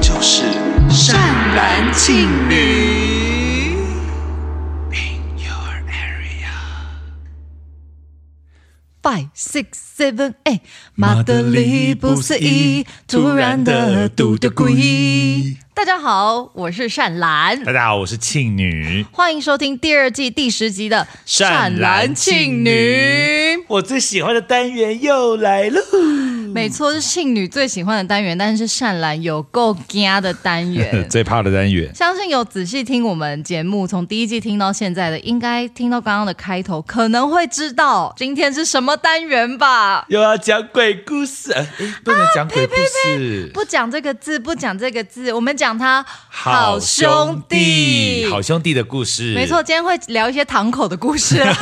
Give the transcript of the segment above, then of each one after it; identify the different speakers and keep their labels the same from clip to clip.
Speaker 1: 就是善男信女。In your area，
Speaker 2: Five, six, seven, eight，马德里不思议，突然的嘟嘟龟。大家好，我是善兰，
Speaker 3: 大家好，我是庆女。
Speaker 2: 欢迎收听第二季第十集的《
Speaker 3: 庆，我最喜欢的单元又来了。
Speaker 2: 没错，是庆女最喜欢的单元，但是善兰有够嗲的单 元。
Speaker 3: 最怕的单元，
Speaker 2: 相信有仔细听我们节目，从第一季听到现在的，应该听到刚刚的开头，可能会知道今天是什么单元吧？
Speaker 3: 又要讲鬼故事，哎不能讲鬼故事。
Speaker 2: 不讲这个字，不讲这个字，我们讲他
Speaker 3: 好兄弟的故事，
Speaker 2: 没错，，今天会聊一些堂口的故 事，啊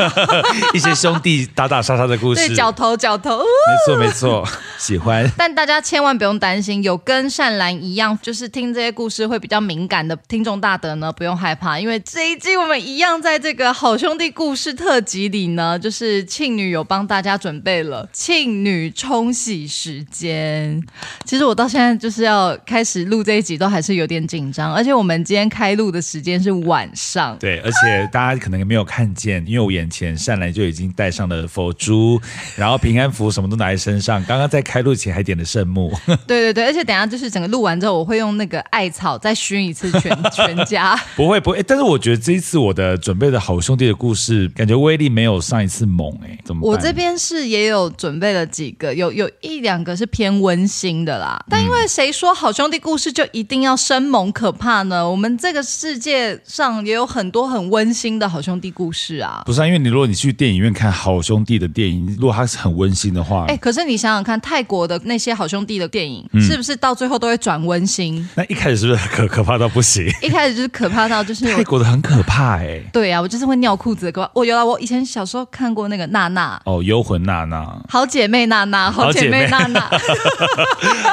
Speaker 3: 一些兄弟打打杀杀的故事，
Speaker 2: 对，脚头脚头。呜
Speaker 3: 没错没错，喜欢。
Speaker 2: 但大家千万不用担心，有跟善兰一样，就是听这些故事会比较敏感的听众大德呢，不用害怕，因为这一季我们一样在这个好兄弟故事特辑里呢， 就是庆女有帮大家准备了庆女冲洗时间。其实我到现在就是要开始录这一集，都还是有点紧张，而且我们今天开录的时间是晚上，
Speaker 3: 对，而且大家可能没有看见，因为我眼前善来就已经戴上了佛珠，然后平安符什么都拿在身上。刚刚在开录前还点了圣 木，
Speaker 2: 对对对，而且等一下就是整个录完之后，我会用那个艾草再熏一次全 全家。
Speaker 3: 不会不会、诶但是我觉得这一次我的准备的好兄弟的故事，感觉威力没有上一次猛哎、怎么办？
Speaker 2: 我这边是也有准备了几个，有有一两个是偏温馨的啦。但因为谁说好兄弟故事就一定要生猛可怕呢？我们这个世界上也有很多很温馨的好兄弟故事啊。
Speaker 3: 不是、啊，因为你如果你去电影院看好兄弟的电影，如果它是很温馨的话，
Speaker 2: 哎、可是你想想看，泰国的那些好兄弟的电影，是不是到最后都会转温馨？
Speaker 3: 那一开始是不是可可怕到不行？
Speaker 2: 一开始就是可怕到就是
Speaker 3: 泰
Speaker 2: 我。
Speaker 3: 国的很可怕哎、
Speaker 2: 对啊，我就是会尿裤子的。我有啊，我以前小时候看过那个娜娜，
Speaker 3: 哦，幽魂娜娜，
Speaker 2: 好姐妹娜娜，好
Speaker 3: 好
Speaker 2: 姐
Speaker 3: 姐妹
Speaker 2: 妹娜娜，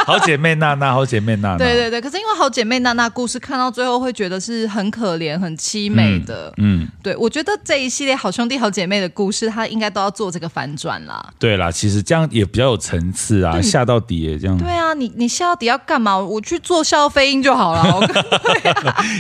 Speaker 3: 好姐妹娜娜，好姐妹娜娜，
Speaker 2: 对对对。可是因为好姐妹娜娜故事看到最后会觉得是很可怜、很凄美的。
Speaker 3: 嗯，
Speaker 2: 对，我觉得这一系列好兄弟、好姐妹的故事，它应该都要做这个反转啦。
Speaker 3: 对啦，其实这样也比较有层次啊，下到底耶，这样。
Speaker 2: 对啊，你你笑到底要干嘛？我去做笑飞鹰就好 了。我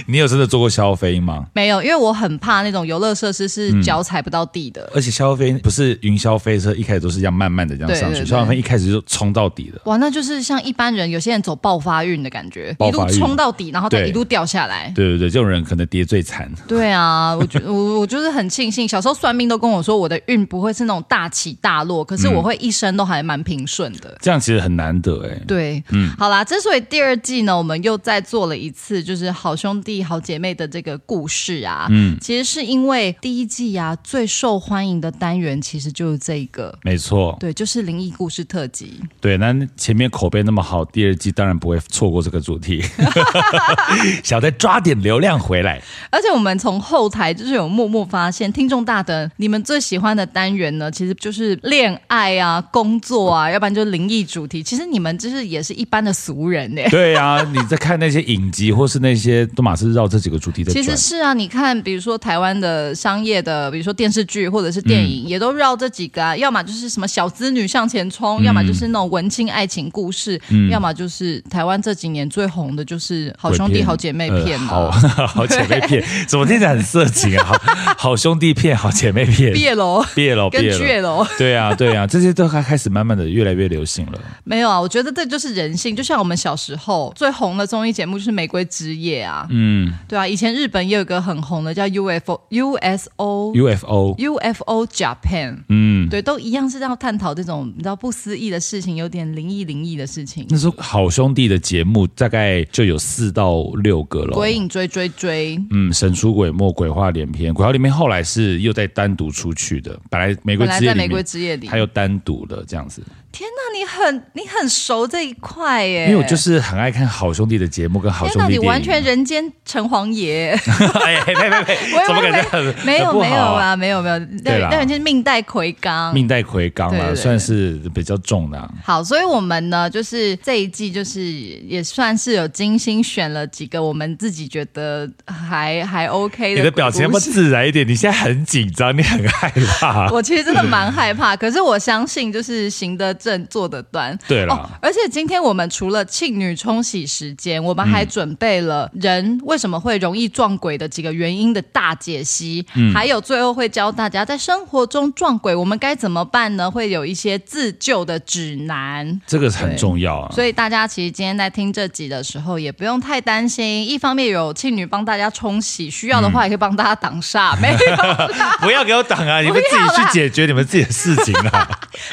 Speaker 3: 你有真的做过消费吗？
Speaker 2: 没有，因为我很怕那种游乐设施
Speaker 3: 嗯
Speaker 2: 是脚踩不到地的。
Speaker 3: 而且消费不是云霄飞车，一开始都是这样慢慢的这样
Speaker 2: 对
Speaker 3: 上去，
Speaker 2: 对对
Speaker 3: 消费一开始就冲到底了。
Speaker 2: 哇，那就是像一般人，有些人走爆发运的感觉，
Speaker 3: 爆
Speaker 2: 一
Speaker 3: 发
Speaker 2: 路
Speaker 3: 运
Speaker 2: 冲到底，然后再
Speaker 3: 对
Speaker 2: 一路掉下来。
Speaker 3: 对对对，这种人可能跌最惨。
Speaker 2: 对啊，我觉我我就是很庆幸，小时候算命都跟我说我的运不会是那种大起大落，可是我会一生都还蛮平顺的。
Speaker 3: 这样其实很难得哎、
Speaker 2: 对，好啦，之所以第二季呢，我们又再做了一次，就是好兄弟、好姐妹的这个故事啊，嗯，其实是因为第一季啊最受欢迎的单元其实就是这个，
Speaker 3: 没错，
Speaker 2: 对，就是灵异故事特辑。
Speaker 3: 对，那前面口碑那么好，第二季当然不会错过这个主 题，想再抓点流量回来。
Speaker 2: 而且我们从后台就是有默默发现，听众大德，你们最喜欢的单元呢，其实就是恋爱啊、工作啊，要不然就是灵异主题。其实你们就是也是一般的俗人欸呢、
Speaker 3: 对啊，你在看那些影集或是那些，都马是绕这几个主题在
Speaker 2: 其
Speaker 3: 转。
Speaker 2: 实是啊，你看，比如说台湾的商业的，比如说电视剧或者是电
Speaker 3: 嗯
Speaker 2: 影，也都绕这几个啊，要么就是什么小资女向前
Speaker 3: 嗯
Speaker 2: 冲，要么就是那种文青爱情故事，要么就是台湾这几年最红的就是好
Speaker 3: 鬼
Speaker 2: 兄弟、
Speaker 3: 片
Speaker 2: 好姐妹
Speaker 3: 呃
Speaker 2: 片嘛。
Speaker 3: 好好姐妹片，怎么听起来很色情啊？好好兄弟片，好姐妹 片，
Speaker 2: 毕业楼
Speaker 3: 毕业了，毕
Speaker 2: 跟
Speaker 3: 业
Speaker 2: 剧业
Speaker 3: 了。
Speaker 2: 楼，
Speaker 3: 对啊，对啊，这些都开开始慢慢的越来越流行了。
Speaker 2: 没有啊，我觉得这就是人性。就像我们小时候最红的综艺节目就是《玫瑰之夜》啊，
Speaker 3: 嗯
Speaker 2: 对啊，以前日本也有一个很红的叫 UFO USO
Speaker 3: ，UFO，
Speaker 2: UFO Japan，
Speaker 3: 嗯，
Speaker 2: 对，都一样是要探讨这种你知道不思议的事情，有点灵异灵异的事情。
Speaker 3: 那时候好兄弟的节目大概就有四到六个了。
Speaker 2: 鬼影追追追，
Speaker 3: 嗯，神出鬼没，鬼话连篇。鬼话连篇后来是又再单独出去的，本来玫瑰
Speaker 2: 本来
Speaker 3: 之夜
Speaker 2: 在
Speaker 3: 里
Speaker 2: 玫瑰
Speaker 3: 面，
Speaker 2: 之夜里
Speaker 3: 他，又单独了这样子。
Speaker 2: 天哪，你很你很熟这一块耶，
Speaker 3: 因为我就是很爱看好兄弟的节目跟好
Speaker 2: 天
Speaker 3: 兄
Speaker 2: 哪，
Speaker 3: 弟
Speaker 2: 你
Speaker 3: 电影。
Speaker 2: 完全人间城隍爷。
Speaker 3: 哎，呸呸 呸，怎么感觉很
Speaker 2: 没有
Speaker 3: 很不
Speaker 2: 没有
Speaker 3: 好啊？
Speaker 2: 啊，没有没有，
Speaker 3: 对啦
Speaker 2: 那那人就是命带魁罡，
Speaker 3: 命带魁罡
Speaker 2: 对对
Speaker 3: 了，
Speaker 2: 对
Speaker 3: 算是比较重的啊。
Speaker 2: 好，所以我们呢，就是这一季，就是也算是有精心选了几个我们自己觉得还还 OK 的。
Speaker 3: 你的表情那么。自然一点，你现在很紧张，你很害 怕。
Speaker 2: 我其实真的蛮害怕，可是我相信，就是行得正，坐得端。
Speaker 3: 对啦
Speaker 2: 哦，而且今天我们除了庆女冲洗时间，我们还准备了人为什么会容易撞鬼的几个原因的大解析，
Speaker 3: 嗯
Speaker 2: 还有最后会教大家在生活中撞鬼我们该怎么办呢？会有一些自救的指南。
Speaker 3: 这个很
Speaker 2: 对
Speaker 3: 重要啊。
Speaker 2: 所以大家其实今天在听这集的时候，也不用太担心。一方面有庆女帮大家冲洗，需要的话也可以帮大家挡煞，
Speaker 3: 嗯
Speaker 2: 没有 啦
Speaker 3: 不要给我挡啊！你们自己去解决你们自己的事情啦。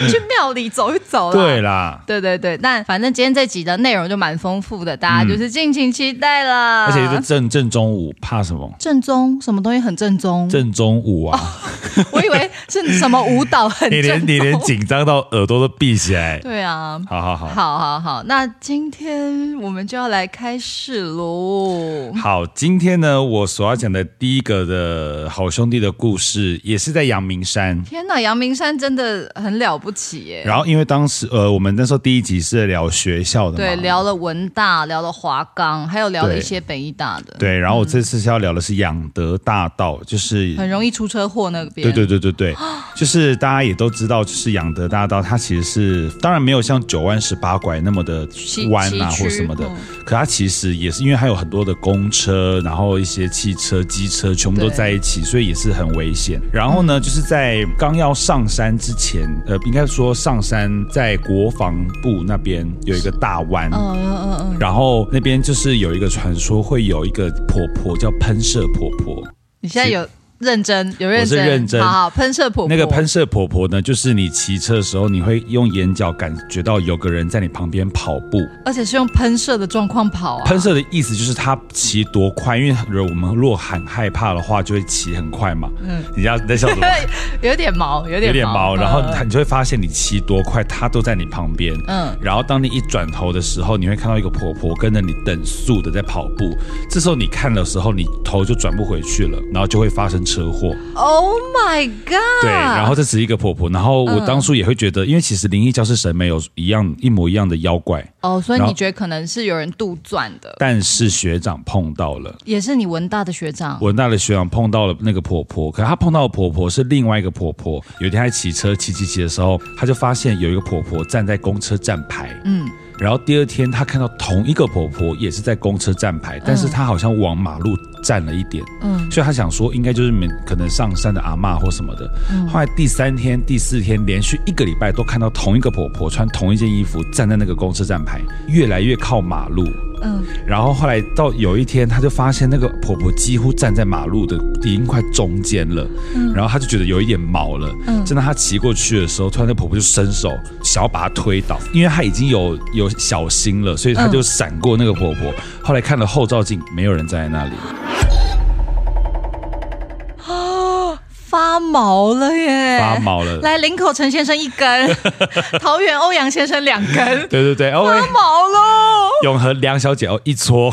Speaker 2: 去庙里走一走啦。
Speaker 3: 对啦，
Speaker 2: 对对对，但反正今天这集的内容就蛮丰富的，大家就是敬请期待啦。
Speaker 3: 嗯而且是正正中午，怕什么？
Speaker 2: 正宗什么东西很正宗，
Speaker 3: 正中午啊，
Speaker 2: 我以为是什么舞蹈很 正
Speaker 3: 你连
Speaker 2: 宗。
Speaker 3: 你连紧张到耳朵都闭起来。
Speaker 2: 对啊，
Speaker 3: 好好好，
Speaker 2: 好好好，那今天我们就要来开始喽。
Speaker 3: 好，今天呢，我所要讲的第一个的好兄弟的故事，也是在阳明山。
Speaker 2: 天呐，阳明山真的很了不起耶！
Speaker 3: 然后，因为当时呃，我们那时候第一集是聊学校的嘛，
Speaker 2: 对，聊了文大，聊了华冈，还有聊了
Speaker 3: 对
Speaker 2: 一些北医大的，
Speaker 3: 对。然后我这次是要聊的是养德大道，就是
Speaker 2: 很容易出车祸那边。
Speaker 3: 对对对对对， 就是大家也都知道，就是养德大道，它其实是当然没有像九弯十八拐那么的
Speaker 2: 崎
Speaker 3: 弯啊
Speaker 2: 崎岖
Speaker 3: 或什么的
Speaker 2: 嗯，
Speaker 3: 可它其实也是因为它有很多的公车，然后一些汽车、机车全部
Speaker 2: 对
Speaker 3: 都
Speaker 2: 嗯
Speaker 3: 在一起，所以也是很危险。然后呢，就是在刚要上山之前，呃，应该说上山在国防部那边有一个大弯，
Speaker 2: 嗯嗯嗯嗯，
Speaker 3: 然后那边就是有一个传说会有一个婆婆叫喷射婆婆。
Speaker 2: 你现在有认真，有认
Speaker 3: 我是
Speaker 2: 真，
Speaker 3: 认真
Speaker 2: 好好喷射婆婆
Speaker 3: 那个喷射婆婆呢，就是你骑车的时候，你会用眼角感觉到有个人在你旁边跑步。
Speaker 2: 而且是用喷射的状况跑啊，
Speaker 3: 喷射的意思就是他骑多快，因为如果我们若很害怕的话，就会骑很快嘛。嗯，你知道你在笑什么？
Speaker 2: 有点毛，有点
Speaker 3: 有点毛，然后
Speaker 2: 嗯
Speaker 3: 他你就会发现你骑多快，他都在你旁边。
Speaker 2: 嗯
Speaker 3: 嗯，然后当你一转头的时候，你会看到一个婆婆跟着你等速的在跑步。这时候你看的时候，你头就转不回去了，然后就会发生车祸。
Speaker 2: Oh my God！
Speaker 3: 对，然后这只是一个婆婆，然后我当初也会觉得，因为其实灵异教室神没有一样一模一样的妖怪，
Speaker 2: 哦，所以
Speaker 3: 然
Speaker 2: 你
Speaker 3: 后
Speaker 2: 觉得可能是有人杜撰的，
Speaker 3: 但是学长碰到了。
Speaker 2: 也是你文大的学长，
Speaker 3: 文大的学长碰到了那个婆婆，可她碰到的婆婆是另外一个婆婆。有一天她骑车骑骑骑的时候，她就发现有一个婆婆站在公车站牌，嗯，然后第二天她看到同一个婆婆也是在公车站牌，但是她好像往马路站了一点，
Speaker 2: 嗯
Speaker 3: 嗯，所以她想说应该就是你们可能上山的阿嬷或什么的。后来第三天、第四天连续一个礼拜都看到同一个婆婆穿同一件衣服站在那个公车站牌，越来越靠马路，
Speaker 2: 嗯，
Speaker 3: 然后后来到有一天，她就发现那个婆婆几乎站在马路的已经快中间了，然后她就觉得有一点毛了。正当她骑过去的时候，突然那婆婆就伸手想要把她推倒，因为她已经有有小心了，所以她就闪过那个婆婆。后来看了后照镜，没有人站在那里。
Speaker 2: 发毛了耶，
Speaker 3: 发毛了
Speaker 2: 来，林口陈先生一根， 桃园欧阳先生两根，
Speaker 3: 对对对，哦喂
Speaker 2: 发，毛了，
Speaker 3: 永和梁小姐哦一搓。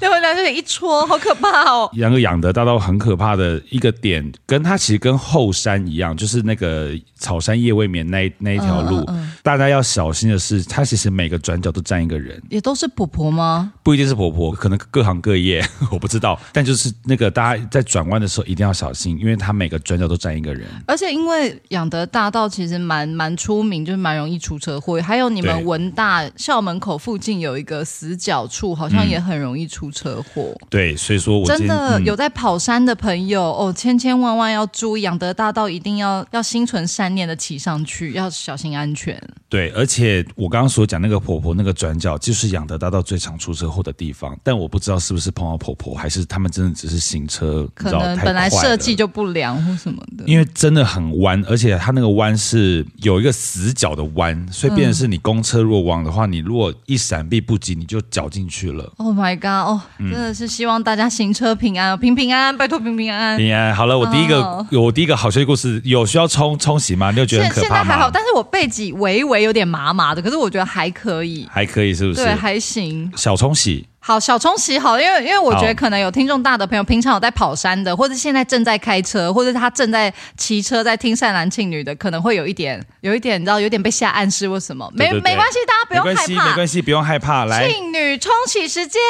Speaker 2: 对我两就一戳，好可怕哦。
Speaker 3: 养个养德大道很可怕的一个点，跟它其实跟后山一样，就是那个草山夜未眠那一那一条路，
Speaker 2: 嗯嗯嗯
Speaker 3: 大家要小心的是，它其实每个转角都站一个人，
Speaker 2: 也都是婆婆吗？
Speaker 3: 不一定是婆婆，可能各行各业， 我不知道。但就是那个大家在转弯的时候一定要小心，因为它每个转角都站一个人。
Speaker 2: 而且因为养德大道其实蛮蛮出名，就是蛮容易出车祸。还有你们
Speaker 3: 对
Speaker 2: 文大校门口附近有一个死角处，好像也很容易出车祸。
Speaker 3: 对，所以说嗯我
Speaker 2: 真
Speaker 3: 今天
Speaker 2: 的、
Speaker 3: 嗯
Speaker 2: 有在跑山的朋友哦，千千万万要注意，养德大道一定要要心存善念的骑上去，要小心安全。
Speaker 3: 对，而且我刚刚所讲那个婆婆那个转角，就是养德大道最常出车祸的地方。但我不知道是不是碰到婆婆，还是他们真的只是行车，你
Speaker 2: 可
Speaker 3: 知道
Speaker 2: 能
Speaker 3: 太
Speaker 2: 本来
Speaker 3: 快
Speaker 2: 设
Speaker 3: 了
Speaker 2: 计就不良或什么的。
Speaker 3: 因为真的很弯，而且它那个弯是有一个死角的弯，所以变成是你公车如果往的话，你如果一闪避不及，你就绞进去了。
Speaker 2: Oh my god！哦，真的是希望大家行车平安，哦平平安安，拜托平平安安。
Speaker 3: 平安，好了，我第一个、
Speaker 2: 嗯哦
Speaker 3: 我第一个好笑的故事有需要冲冲洗吗？你有觉得
Speaker 2: 现
Speaker 3: 很可
Speaker 2: 现在
Speaker 3: 怕
Speaker 2: 还好，
Speaker 3: 吗？
Speaker 2: 但是我背脊微微有点麻麻的，可是我觉得还可以，
Speaker 3: 还可以是不是
Speaker 2: 对，？还行。
Speaker 3: 小冲洗，
Speaker 2: 好，小冲洗好，因为因为我觉得
Speaker 3: 好
Speaker 2: 可能有听众大的朋友，平常有在跑山的，或者现在正在开车，或者他正在骑车在听善男信女的，可能会有一点有一点，你知道有点被下暗示或什么，没
Speaker 3: 对对对
Speaker 2: 没关系，大家不
Speaker 3: 没
Speaker 2: 用
Speaker 3: 关
Speaker 2: 害
Speaker 3: 系，没
Speaker 2: 怕
Speaker 3: 关。系，不用害怕。来，
Speaker 2: 庆女冲洗时间，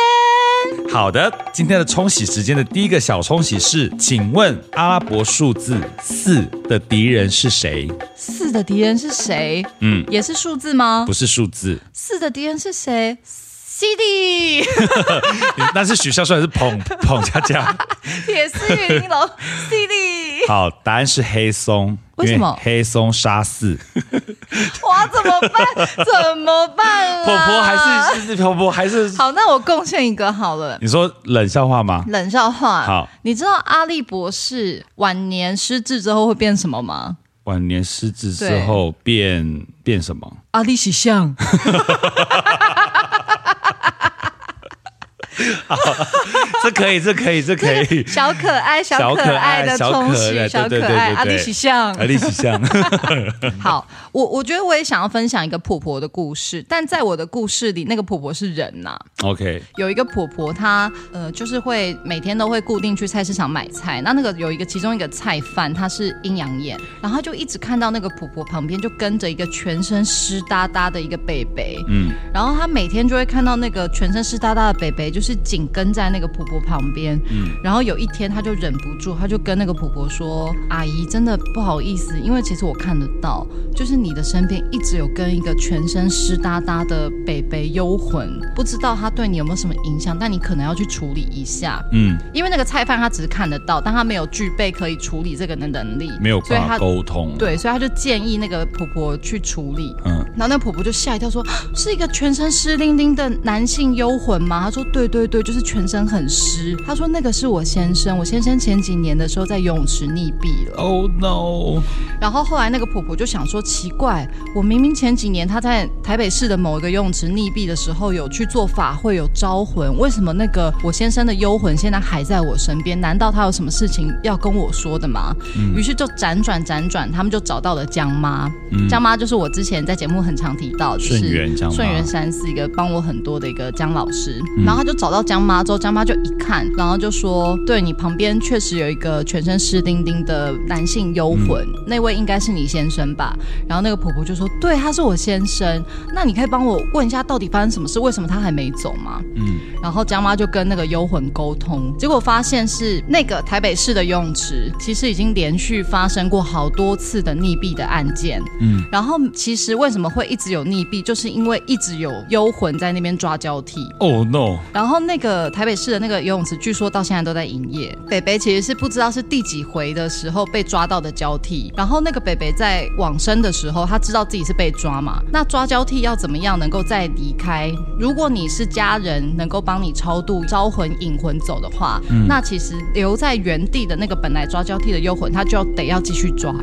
Speaker 3: 好的，今天的冲洗时间的第一个小冲洗是，请问阿拉伯数字四的敌人是谁？
Speaker 2: 四的敌人是谁？
Speaker 3: 嗯，
Speaker 2: 也是数字吗
Speaker 3: 不？是数字，
Speaker 2: 四的敌人是谁？CD
Speaker 3: 你那是许孝顺还是捧捧佳佳？
Speaker 2: 铁丝云玲珑 CD，
Speaker 3: 好，答案是黑松。
Speaker 2: 为什么
Speaker 3: 因黑松杀四，
Speaker 2: 哇，怎么办？怎么办、啊？
Speaker 3: 婆婆还是是婆婆还是？
Speaker 2: 好，那我贡献一个好了。
Speaker 3: 你说冷笑话吗？
Speaker 2: 冷笑话。
Speaker 3: 好，
Speaker 2: 你知道阿笠博士晚年失智之后会变什么吗？
Speaker 3: 晚年失智之后变变什么？
Speaker 2: 阿笠喜相。
Speaker 3: 这可以，这可以，这可以。
Speaker 2: 小可爱，小可爱的
Speaker 3: 小
Speaker 2: 冲
Speaker 3: 可爱，
Speaker 2: 洗，小可
Speaker 3: 对哎对对
Speaker 2: 爱，
Speaker 3: 对
Speaker 2: 阿笠
Speaker 3: 对
Speaker 2: 喜相。
Speaker 3: 阿力喜像，
Speaker 2: 好，我我觉得我也想要分享一个婆婆的故事，但在我的故事里，那个婆婆是人呐、
Speaker 3: OK，
Speaker 2: 有一个婆婆，她呃，就是会每天都会固定去菜市场买菜。那那个有一个其中一个菜贩，她是阴阳眼，然后她就一直看到那个婆婆旁边就跟着一个全身湿哒哒的一个贝贝，嗯，然后她每天就会看到那个全身湿哒哒的贝贝，就是紧跟在那个婆婆旁边，嗯，然后有一天她就忍不住，她就跟那个婆婆说：“阿姨，真的不好意思，因为其实我看得到，就是你的身边一直有跟一个全身湿哒哒的北北幽魂，不知道他对你有没有什么影响，但你可能要去处理一下。
Speaker 3: 嗯，
Speaker 2: 因为那个菜贩他只是看得到，但他没有具备可以处理这个的能力，
Speaker 3: 没有
Speaker 2: 所以
Speaker 3: 办
Speaker 2: 他
Speaker 3: 法沟通，，
Speaker 2: 对，所以他就建议那个婆婆去处理。
Speaker 3: 嗯，
Speaker 2: 然后那婆婆就吓一跳说， 是一个全身湿淋淋的男性幽魂吗？她说对对对，就是全身很湿。她说那个是我先生，我先生前几年的时候在游泳池溺毙了。
Speaker 3: Oh no！
Speaker 2: 然后后来那个婆婆就想说，奇怪，我明明前几年她在台北市的某一个游泳池溺毙的时候有去做法会有招魂，为什么那个我先生的幽魂现在还在我身边？难道他有什么事情要跟我说的吗？
Speaker 3: 嗯
Speaker 2: 于是就辗转辗转，他们就找到了江妈。江妈就是我之前在节目很常提到，就是
Speaker 3: 嗯顺源江妈
Speaker 2: 顺源山是一个帮我很多的一个江老师，然后他就找到江妈之后，江妈就一看，然后就说：“对你旁边确实有一个全身湿叮叮的男性幽魂，那位应该是你先生吧？”然后那个婆婆就说：“对，他是我先生。那你可以帮我问一下，到底发生什么事？为什么他还没走吗？”然后江妈就跟那个幽魂沟通，结果发现是那个台北市的游泳池，其实已经连续发生过好多次的溺毙的案件。嗯，然后其实为什么会一直有溺毙，就是因为一直有幽魂在那边抓交替。
Speaker 3: Oh no！
Speaker 2: 然后那个台北市的那个游泳池，据说到现在都在营业。北北其实是不知道是第几回的时候被抓到的交替。然后那个北北在往生的时候，他知道自己是被抓嘛，那抓交替要怎么样能够再离开？如果你是家人能够帮你超度、招魂、引魂走的话，那其实留在原地的那个本来抓交替的幽魂，他就得要继续抓。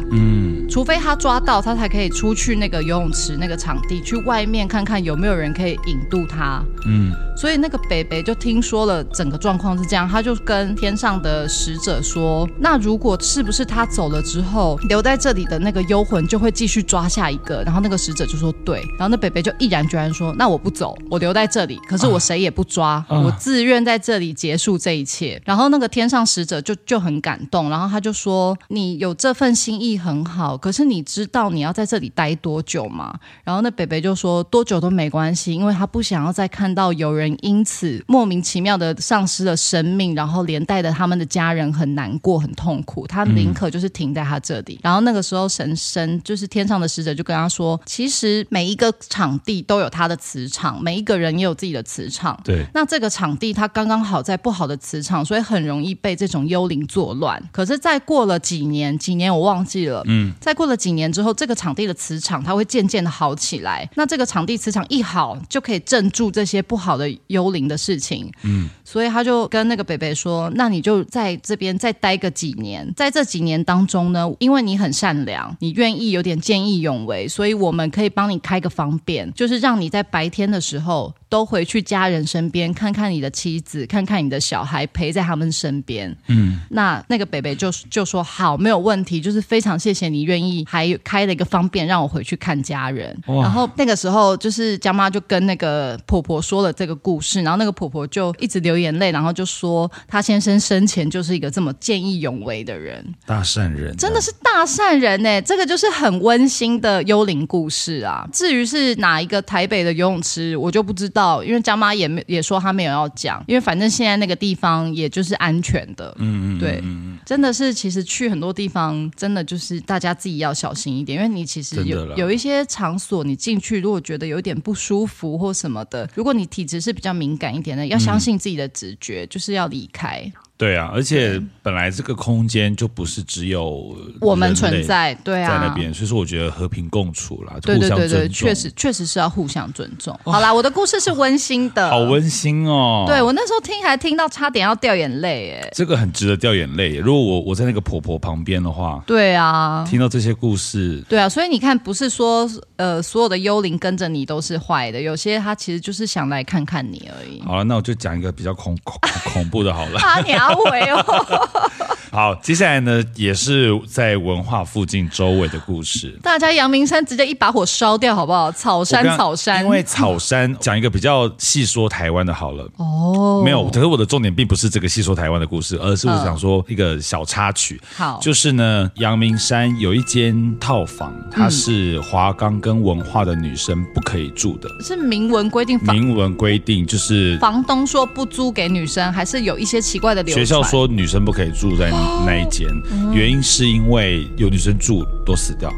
Speaker 2: 除非他抓到，他才可以出去那个游泳池那个场地，去外面看看有没有人可以引渡他。嗯，所以那个北北就听说了整个状况是这样，他就跟天上的使者说：“那如果是不是他走了之后，留在这里的那个幽魂就会继续抓下一个？”然后那个使者就说：“对。”然后那北北就毅然决然说：“那我不走，我留在这里，可是我谁也不抓，我自愿在这里结束这一切。”然后那个天上使者就就很感动，然后他就说：“你有这份心意很好，可是你知道你要在这里待多久吗？”然后那北北就说：“多久都没关系，因为他不想要再看到有人因此莫名其妙的丧失了生命，然后连带着他们的家人很难过、很痛苦。他宁可就是停在他这里。然后那个时候神神就是天上的使者就跟他说：“其实每一个场地都有他的磁场，每一个人也有自己的磁场。
Speaker 3: 对，
Speaker 2: 那这个场地它刚刚好在不好的磁场，所以很容易被这种幽灵作乱。可是再过了几年，几年我忘记了，嗯，再过了几年之后，这个场地的磁场它会渐渐的好起来。那这个场地磁场一好，就可以镇住这些不好的幽灵的事情。所以他就跟那个北北说：“那你就在这边再待个几年，在这几年当中呢，因为你很善良，你愿意有点见义勇为，所以我们可以帮你开个方便，就是让你在白天的时候都回去家人身边，看看你的妻子，看看你的小孩，陪在他们身边。嗯，那那个北北就就说好，没有问题，就是非常谢谢你愿意，还开了一个方便让我回去看家人。然后那个时候就是江妈就跟那个婆婆说了这个故事，然后那个婆。婆婆就一直流眼泪，然后就说她先生生前就是一个这么见义勇为的人，
Speaker 3: 大善人，啊
Speaker 2: 真的是大善人呢、这个就是很温馨的幽灵故事啊。至于是哪一个台北的游泳池，我就不知道，因为江妈也没也说她没有要讲，因为反正现在那个地方也就是安全的。嗯嗯，对，真的是其实去很多地方，真的就是大家自己要小心一点，因为你其实
Speaker 3: 真的
Speaker 2: 有
Speaker 3: 啦
Speaker 2: 有一些场所你进去，如果觉得有点不舒服或什么的，如果你体质是比较敏感一点的，要相信自己的直觉，就是要离开。
Speaker 3: 对啊，而且本来这个空间就不是只有
Speaker 2: 我们
Speaker 3: 人类
Speaker 2: 存在，对
Speaker 3: 在
Speaker 2: 啊，
Speaker 3: 那边，所以说我觉得和平共处啦，
Speaker 2: 对
Speaker 3: 互
Speaker 2: 对
Speaker 3: 相
Speaker 2: 对
Speaker 3: 尊
Speaker 2: 对，
Speaker 3: 重，
Speaker 2: 确实确实是要互相尊重。好啦，我的故事是温馨的，
Speaker 3: 好温馨哦。
Speaker 2: 对我那时候听还听到差点要掉眼泪，哎，
Speaker 3: 这个很值得掉眼泪。如果我我在那个婆婆旁边的话，
Speaker 2: 对啊。
Speaker 3: 听到这些故事，
Speaker 2: 对啊，所以你看，不是说呃所有的幽灵跟着你都是坏的，有些他其实就是想来看看你而已。
Speaker 3: 好了，那我就讲一个比较恐恐恐怖的好了。
Speaker 2: 啊，你阿伟哦，
Speaker 3: 好，接下来呢也是在文化附近周围的故事。
Speaker 2: 大家阳明山直接一把火烧掉好不好？草
Speaker 3: 我
Speaker 2: 山
Speaker 3: 刚
Speaker 2: 草山，
Speaker 3: 因为草 山讲一个比较细说台湾的好了。
Speaker 2: 哦，
Speaker 3: 没有，可是我的重点并不是这个细说台湾的故事，而是我
Speaker 2: 嗯
Speaker 3: 想说一个小插曲。
Speaker 2: 好
Speaker 3: 就是呢，阳明山有一间套房，
Speaker 2: 嗯
Speaker 3: 它是华冈跟文化的女生不可以住的。
Speaker 2: 是明文规定房
Speaker 3: 明文规定就是
Speaker 2: 房东说不租给女生，还是有一些奇怪的流传。
Speaker 3: 学
Speaker 2: 嗯
Speaker 3: 校说女生不可以住在那一间，原因是因为有女生住都死 掉。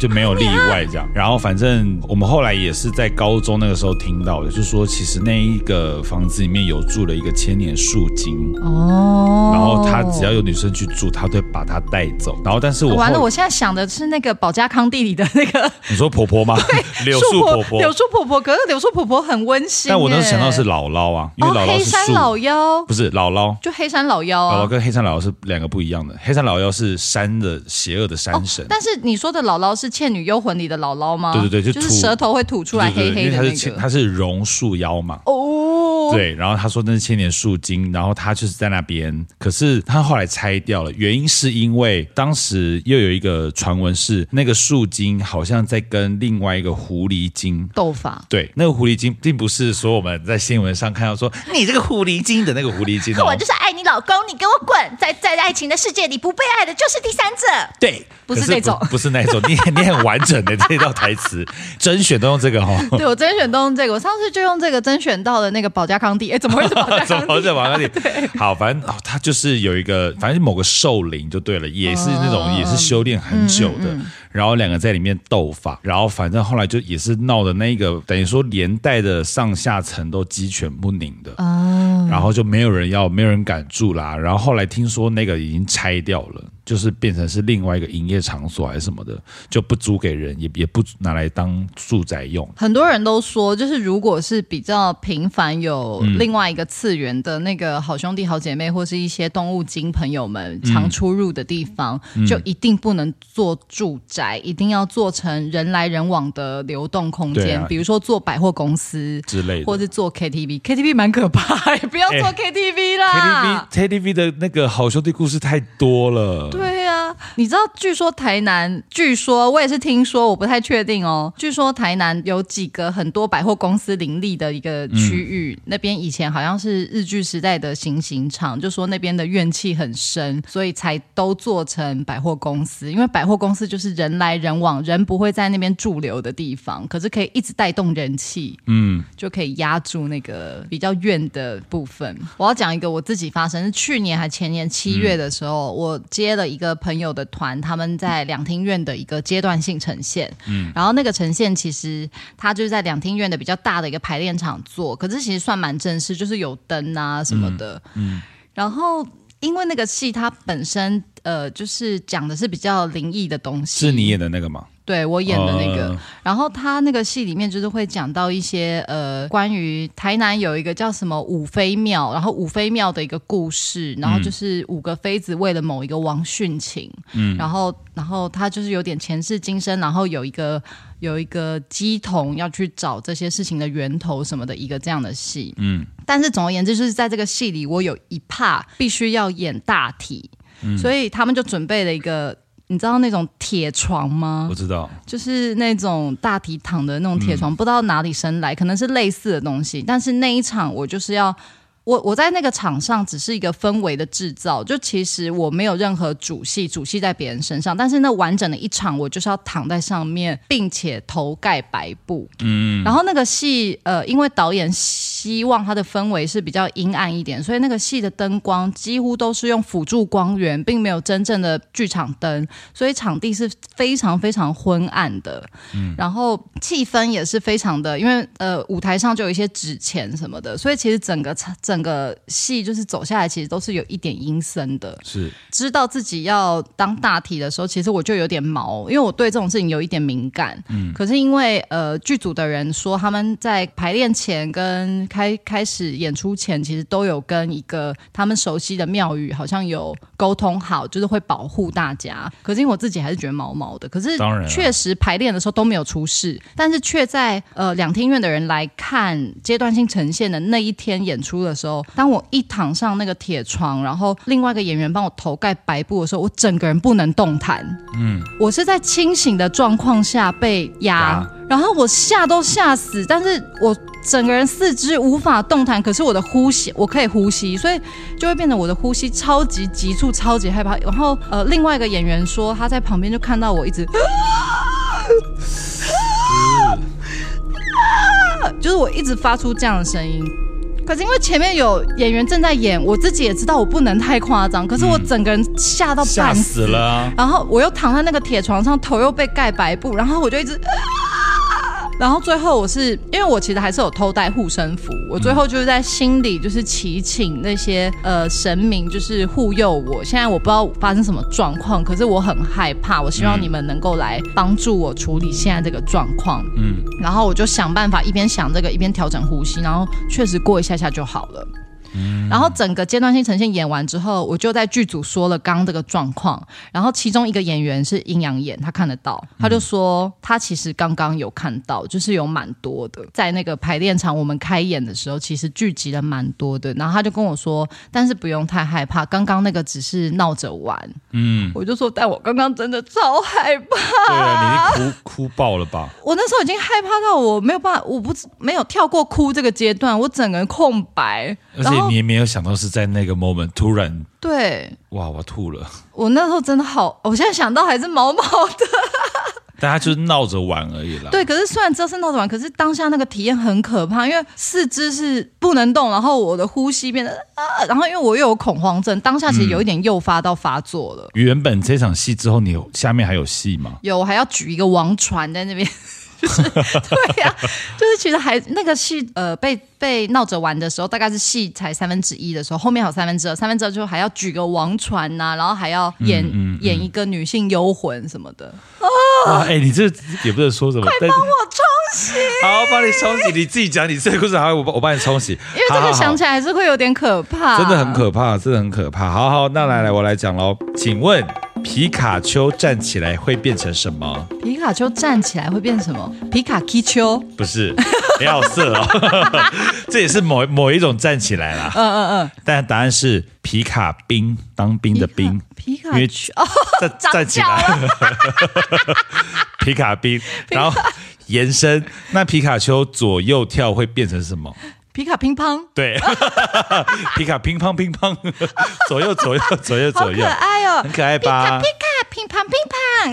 Speaker 3: 就没有例外这样，然后反正我们后来也是在高中那个时候听到的，就说其实那一个房子里面有住了一个千年树精，
Speaker 2: 哦，
Speaker 3: 然后他只要有女生去住，他都会把她带走。然后但是我
Speaker 2: 完了，
Speaker 3: 后
Speaker 2: 我现在想的是那个保加康帝里的那个
Speaker 3: 你说婆婆吗？ 柳树婆婆，
Speaker 2: 柳树婆婆。可是柳树婆婆很温馨耶。
Speaker 3: 但我那时候想到是姥姥啊，因为
Speaker 2: 哦，
Speaker 3: 姥姥
Speaker 2: 黑
Speaker 3: 是
Speaker 2: 山
Speaker 3: 树，
Speaker 2: 老妖，哦
Speaker 3: 不是姥姥。
Speaker 2: 就黑山老妖
Speaker 3: 姥姥
Speaker 2: 啊。
Speaker 3: 跟黑山姥姥是两个不一样的，黑山姥姥是山的邪恶的山神，
Speaker 2: 哦但是你说的姥姥是《倩女幽魂》里的姥姥吗？
Speaker 3: 对对对
Speaker 2: 就
Speaker 3: 就
Speaker 2: 是
Speaker 3: 吐
Speaker 2: 舌头会吐出来
Speaker 3: 对
Speaker 2: 黑黑
Speaker 3: 对对
Speaker 2: 的
Speaker 3: 因为
Speaker 2: 那
Speaker 3: 她是
Speaker 2: 个。
Speaker 3: 她是榕树妖嘛，
Speaker 2: 哦，
Speaker 3: 对，然后他说那是千年树精，然后他就是在那边，可是他后来拆掉了，原因是因为当时又有一个传闻是那个树精好像在跟另外一个狐狸精。
Speaker 2: 斗法。
Speaker 3: 对，那个狐狸精并不是说我们在新闻上看到说你这个狐狸精的那个狐狸精、哦，
Speaker 4: 我就是爱你老公，你给我滚！在在爱情的世界里，不被爱的就是第三者。
Speaker 3: 对，
Speaker 2: 不是
Speaker 3: 可
Speaker 2: 那种
Speaker 3: 不不是那种，你你很完整的这道台词， 甄选都用这个哦。
Speaker 2: 对，我甄选都用这个，我上次就用这个甄选到的那个保加康帝，哎，怎么会是 保加
Speaker 3: 怎
Speaker 2: 康
Speaker 3: 么
Speaker 2: 帝？
Speaker 3: 在往那里？好，反正哦，他就是有一个，反正某个兽灵就对了，也是那种、也是修炼很久的，然后两个在里面斗法，然后反正后来就也是闹的那个，等于说连带的上下层都鸡犬不宁的。然后就没有人要，没有人敢住啦。然后后来听说那个已经拆掉了，就是变成是另外一个营业场所还是什么的，就不租给人，也也不拿来当住宅用。
Speaker 2: 很多人都说，就是如果是比较频繁有
Speaker 3: 嗯
Speaker 2: 另外一个次元的那个好兄弟、好姐妹，或是一些动物精朋友们
Speaker 3: 嗯
Speaker 2: 常出入的地方，就一定不能做住宅，一定要做成人来人往的流动空
Speaker 3: 对
Speaker 2: 间，
Speaker 3: 啊
Speaker 2: 比如说做百货公司
Speaker 3: 之类的
Speaker 2: 或是做 KTV。KTV 蛮可怕、 不要做
Speaker 3: 哎
Speaker 2: KTV 啦。
Speaker 3: KTV KTV 的那个好兄弟故事太多了，
Speaker 2: 啊对呀、你知道？据说台南，据说我也是听说，我不太确定哦。据说台南有几个很多百货公司林立的一个区域，那边以前好像是日据时代的行刑场，就说那边的怨气很深，所以才都做成百货公司。因为百货公司就是人来人往，人不会在那边驻留的地方，可是可以一直带动人气。就可以压住那个比较怨的部分。我要讲一个我自己发生，是去年还前年七月的时候，
Speaker 3: 嗯
Speaker 2: 我接了一个朋友的团，他们在两厅院的一个阶段性呈现。嗯，然后那个呈现其实它就是在两厅院的比较大的一个排练场做，可是其实算蛮正式，就是有灯啊什么的。
Speaker 3: 嗯
Speaker 2: 然后因为那个戏它本身呃就是讲的是比较灵异的东西，
Speaker 3: 是你演的那个吗？
Speaker 2: 对我演的那个。
Speaker 3: 哦
Speaker 2: 然后他那个戏里面就是会讲到一些呃，关于台南有一个叫什么五妃庙，然后五妃庙的一个故事，然后就是五个妃子为了某一个王殉情，嗯，然后然后他就是有点前世今生，然后有一个有一个鸡童要去找这些事情的源头什么的一个这样的戏，嗯。但是总而言之，就是在这个嗯戏里，我有一怕必须要演大体，所以他们就准备了一个你知道那种铁床吗
Speaker 3: 我？知道，
Speaker 2: 就是那种大体躺的那种铁床，不知道哪里生来，可能是类似的东西。但是那一场我就是要。我我在那个场上只是一个氛围的制造，就其实我没有任何主戏，主戏在别人身上，但是那完整的一场我就是要躺在上面，并且头盖白布，嗯，然后那个戏呃，因为导演希望它的氛围是比较阴暗一点，所以那个戏的灯光几乎都是用辅助光源，并没有真正的剧场灯，所以场地是非常非常昏暗的，然后气氛也是非常的，因为呃舞台上就有一些纸钱什么的，所以其实整个整个戏就是走下来，其实都是有一点阴森的。
Speaker 3: 是
Speaker 2: 知道自己要当大体的时候，其实我就有点毛，因为我对这种事情有一点敏感。嗯，可是因为呃，剧组的人说他们在排练前跟开开始演出前，其实都有跟一个他们熟悉的庙宇好像有沟通好，就是会保护大家。可是因为我自己还是觉得毛毛的，可是
Speaker 3: 当然啊
Speaker 2: 确实排练的时候都没有出事，但是却在呃两厅院的人来看阶段性呈现的那一天演出的时候，当我一躺上那个铁床，然后另外一个演员帮我头盖白布的时候，我整个人不能动弹。嗯，我是在清醒的状况下被压
Speaker 3: 压，
Speaker 2: 然后我吓都吓死，但是我。整个人四肢无法动弹，可是我的呼吸，我可以呼吸，所以就会变得我的呼吸超级急促，超级害怕。然后呃，另外一个演员说他在旁边就看到我一直就是我一直发出这样的声音。可是因为前面有演员正在演，我自己也知道我不能太夸张，可是我整个人吓到
Speaker 3: 吓
Speaker 2: 半
Speaker 3: 死了啊，
Speaker 2: 然后我又躺在那个铁床上，头又被盖白布，然后我就一直。啊然后最后我是因为我其实还是有偷带护身符，我最后就是在心里就是祈请那些呃神明就是护佑我。现在我不知道发生什么状况，可是我很害怕，我希望你们能够来帮助我处理现在这个状况。
Speaker 3: 嗯，
Speaker 2: 然后我就想办法一边想这个一边调整呼吸，然后确实过一下下就好了。
Speaker 3: 嗯
Speaker 2: 然后整个阶段性呈现演完之后，我就在剧组说了刚刚这个状况，然后其中一个演员是阴阳眼，他看得到，他就说他其实刚刚有看到，就是有蛮多的，在那个排练场我们开演的时候，其实聚集了蛮多的，然后他就跟我说，但是不用太害怕，刚刚那个只是闹着玩，嗯，我就说，但我刚刚真的超害怕，
Speaker 3: 对啊，你一定哭哭 爆了吧？
Speaker 2: 我那时候已经害怕到我没有办法，我不知没有跳过哭这个阶段，我整个人空白，
Speaker 3: 而
Speaker 2: 然
Speaker 3: 且
Speaker 2: 后
Speaker 3: 你也没有想到是在那个 moment 突然，
Speaker 2: 对。
Speaker 3: 哇，我吐了。
Speaker 2: 我那时候真的好，我现在想到还是毛毛的。
Speaker 3: 大家就是闹着玩而已啦。
Speaker 2: 对，可是虽然知道是闹着玩，可是当下那个体验很可怕，因为四肢是不能动，然后我的呼吸变得啊，然后因为我又有恐慌症，当下其实有一点诱发到发作了。
Speaker 3: 原本这场戏之后，你有下面还有戏吗？
Speaker 2: 有，我还要举一个王船在那边。就是 对呀、就是其实还那个戏，呃，被被闹着玩的时候，大概是戏才三分之一的时候，后面还有三分之二，三分之二就还要举个王船呐、然后还要演、演一个女性幽魂什么的。哎
Speaker 3: 哇，哎、你这也不能说什么，快帮我
Speaker 2: 我冲洗，
Speaker 3: 好，我帮你冲洗，你自己讲你这个故事，好，我帮我帮你冲洗，因
Speaker 2: 因为这个想起来还是会有点可怕，
Speaker 3: 真的很可怕，真的很可怕。好好，那来
Speaker 2: 嗯
Speaker 3: 来，我来讲喽。请问皮卡丘站起来会变成什么？
Speaker 2: 皮卡丘站起来会变什么？皮卡皮丘，
Speaker 3: 不是，你好色哦， 这也是某某一种站起来啦。嗯嗯嗯。但答案是皮卡兵，当兵的兵，
Speaker 2: 皮卡
Speaker 3: 因为
Speaker 2: 丘哦，
Speaker 3: 站
Speaker 2: 长
Speaker 3: 站起
Speaker 2: 脚
Speaker 3: 来， 皮卡兵，然后延伸。那皮卡丘左右跳会变成什么？
Speaker 2: 皮卡乒乓，
Speaker 3: 对， 皮卡乒乓乒乓， 左右左右左右
Speaker 2: 好
Speaker 3: 左
Speaker 2: 可
Speaker 3: 右，
Speaker 2: 爱哦，
Speaker 3: 很可爱
Speaker 2: 皮卡
Speaker 3: 吧
Speaker 2: 皮？卡乒乓乒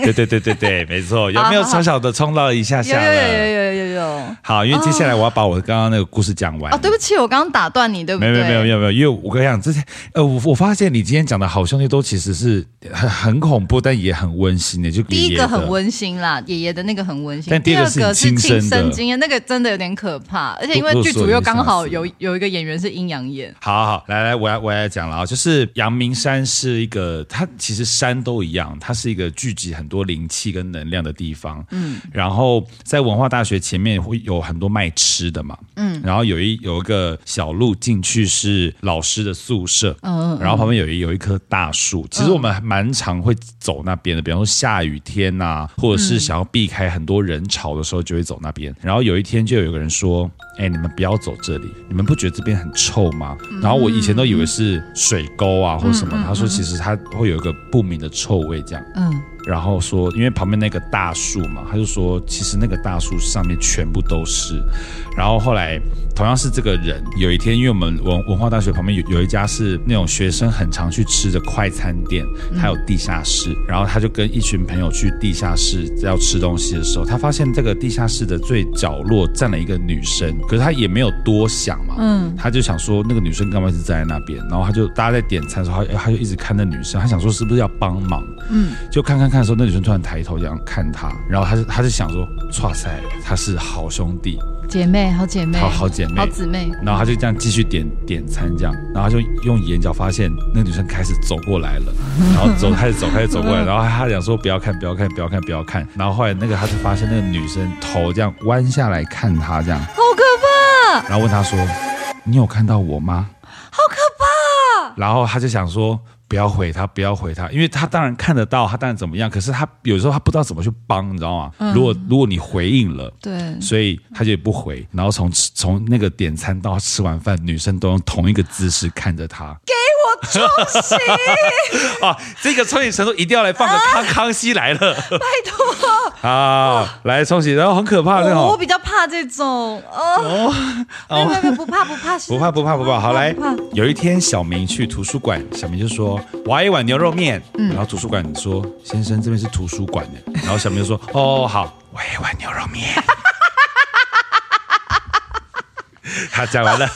Speaker 3: 对
Speaker 2: 乓，
Speaker 3: 对对对对，没错，有没有
Speaker 2: 好好
Speaker 3: 小小的冲到一下
Speaker 2: 有
Speaker 3: 下
Speaker 2: 有有
Speaker 3: 了？
Speaker 2: 有有有有。
Speaker 3: 好，因为接下来我要把我刚刚那个故事讲完
Speaker 2: 哦，。对不起，我刚刚打断你，对不
Speaker 3: 没
Speaker 2: 对？
Speaker 3: 有没有没有没有没有，因为我跟你讲，之前呃，我我发现你今天讲的好兄弟都其实是很很恐怖，但也很温馨的，就
Speaker 2: 第一
Speaker 3: 爷爷
Speaker 2: 个
Speaker 3: 的
Speaker 2: 很温馨啦，爷爷的那个很温馨，
Speaker 3: 但第
Speaker 2: 第
Speaker 3: 二个
Speaker 2: 二
Speaker 3: 是
Speaker 2: 个是
Speaker 3: 你亲
Speaker 2: 亲
Speaker 3: 身的
Speaker 2: 身经验，那个真的有点可怕，而且因为
Speaker 3: 都都
Speaker 2: 剧
Speaker 3: 说
Speaker 2: 组
Speaker 3: 你
Speaker 2: 又刚好
Speaker 3: 吓死
Speaker 2: 有有一个演员是阴阳眼，
Speaker 3: 好好，来来，我来我来讲了啊，就是阳明山是一个，它其实山都一样，它是一个聚集很多灵气跟能量的地方。嗯，然后在文化大学前面会有很多卖吃的嘛。嗯，然后有一有一个小路进去是老师的宿舍。嗯，然后旁边有一有一棵大树，其实我们蛮常会走那边的，比方说下雨天呐、或者是想要避开很多人潮的时候，就会走那边。然后有一天就有个人说。哎、你们不要走这里，你们不觉得这边很臭吗？然后我以前都嗯以为是水沟啊或者什么，他说其实它会有一个不明的臭味这样。
Speaker 2: 嗯，
Speaker 3: 然后说，因为旁边那个大树嘛，他就说，其实那个大树上面全部都是。然后后来同样是这个人，有一天，因为我们文文化大学旁边有有一家是那种学生很常去吃的快餐店，还有地下室。然后他就跟一群朋友去地下室要吃东西的时候，他发现这个地下室的最角落站了一个女生，可是他也没有多想嘛，嗯，他就想说那个女生干嘛一直站在那边？然后他就大家在点餐的时候，哎他他就一直看那女生，他想说是不是要帮忙，嗯，就看看看的时候，那女生突然抬头这样看他，然后他就他就想说，哇塞，他是好兄弟，
Speaker 2: 姐妹，好姐妹，
Speaker 3: 好好姐妹
Speaker 2: 好姊妹，
Speaker 3: 然后他就这样继续点点餐，这样，然后他就用眼角发现那个女生开始走过来了，然后走开始走开始走过来，然后他讲说不要看不要看不要看不要看，然后后来那个他就发现那个女生头这样弯下来看他这样，
Speaker 2: 好可怕，
Speaker 3: 然后问他说你有看到我吗？
Speaker 2: 好可怕！
Speaker 3: 然后他就想说不要回他，不要回他，因为他当然看得到，他当然怎么样，可是他有时候他不知道怎么去帮，你知道吗？如果如果你回应了，
Speaker 2: 对
Speaker 3: 所以他就也不回，然后从吃从那个点餐到吃完饭，女生都用同一个姿势看着他。
Speaker 2: 给我出息，
Speaker 3: 啊，这个冲洗程度一定要来放个康康熙来了
Speaker 2: 拜 托！
Speaker 3: 啊，来冲洗，然后很可怕那哦
Speaker 2: 我我
Speaker 3: 种。
Speaker 2: 比较怕这种，哦，没有没有没有，不怕不怕，
Speaker 3: 不怕不怕不怕，好来
Speaker 2: 不怕。
Speaker 3: 有一天，小明去图书馆，小明就说：“我要一碗牛肉面。”
Speaker 2: 嗯
Speaker 3: 然后图书馆说：“先生，这边是图书馆 的。”然后小明就说：“哦，好，我要一碗牛肉面。” 他讲完了，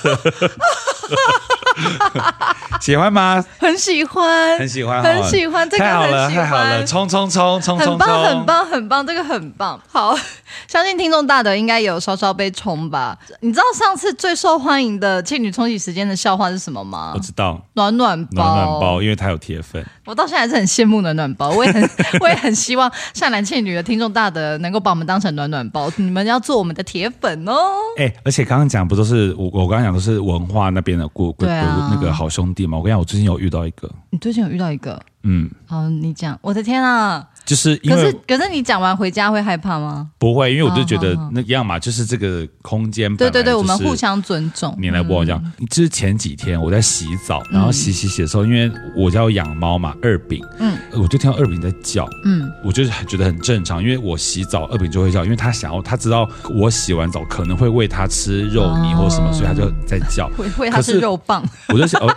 Speaker 3: 喜欢吗？
Speaker 2: 很喜欢，
Speaker 3: 很喜欢，
Speaker 2: 很喜欢，这个
Speaker 3: 太好了，
Speaker 2: 很喜
Speaker 3: 太好了，
Speaker 2: 欢。
Speaker 3: 冲冲冲冲冲
Speaker 2: 很
Speaker 3: 冲，
Speaker 2: 棒，很棒，很棒，这个很棒。好， 相信听众大德应该有稍稍被冲吧。你知道上次最受欢迎的庆女冲洗时间的笑话是什么吗
Speaker 3: 我？知道。
Speaker 2: 暖暖包，
Speaker 3: 暖暖包，因为它有铁粉。
Speaker 2: 我到现在还是很羡慕暖暖包，我也很我也很希望善男信女的听众大德能够把我们当成暖暖包，你们要做我们的铁粉哦。
Speaker 3: 哎、而且刚刚讲不都是我我刚刚讲都是文化那边的过过、
Speaker 2: 对啊
Speaker 3: 那个好兄弟嘛？我跟你讲，我最近有遇到一个，
Speaker 2: 你最近有遇到一个？
Speaker 3: 嗯，
Speaker 2: 哦，你讲，我的天啊！
Speaker 3: 就是因
Speaker 2: 可是
Speaker 3: 为
Speaker 2: 可是你讲完回家会害怕吗？
Speaker 3: 不会，因为我就
Speaker 2: 哦
Speaker 3: 觉得
Speaker 2: 好好
Speaker 3: 那一样嘛，就是这个空间、
Speaker 2: 对对对，我们互。相嗯尊重。
Speaker 3: 你来我这样，就是前几天我在洗澡，
Speaker 2: 嗯
Speaker 3: 然后洗洗洗的时候，因为我家有养猫嘛，二饼，嗯，我就听到二饼在叫，
Speaker 2: 嗯，
Speaker 3: 我就是觉得很正常，因为我洗澡二饼就会叫，因为它想要，它知道我洗完澡可能会喂它吃肉泥或什么，
Speaker 2: 哦
Speaker 3: 所以它就在叫。
Speaker 2: 喂喂，它
Speaker 3: 可
Speaker 2: 是
Speaker 3: 是
Speaker 2: 肉棒，
Speaker 3: 我就想，哦，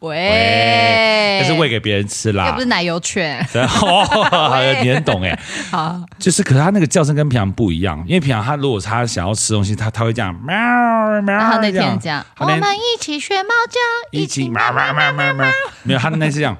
Speaker 2: 喂，
Speaker 3: 但是 喂给啊别人吃
Speaker 2: 哎又
Speaker 3: 啦
Speaker 2: 不是。奶油犬。
Speaker 3: 然后你很懂哎、
Speaker 2: 好，
Speaker 3: 就是，可是它那个叫声跟平常不一样，因为平常它如果它想要吃东西，它它会这样喵喵
Speaker 2: 然后那
Speaker 3: 这
Speaker 2: 天
Speaker 3: 样，
Speaker 2: 这样，
Speaker 3: 它那天
Speaker 4: 一起学猫叫，
Speaker 3: 一起喵喵喵喵喵，没有，它那天是这样，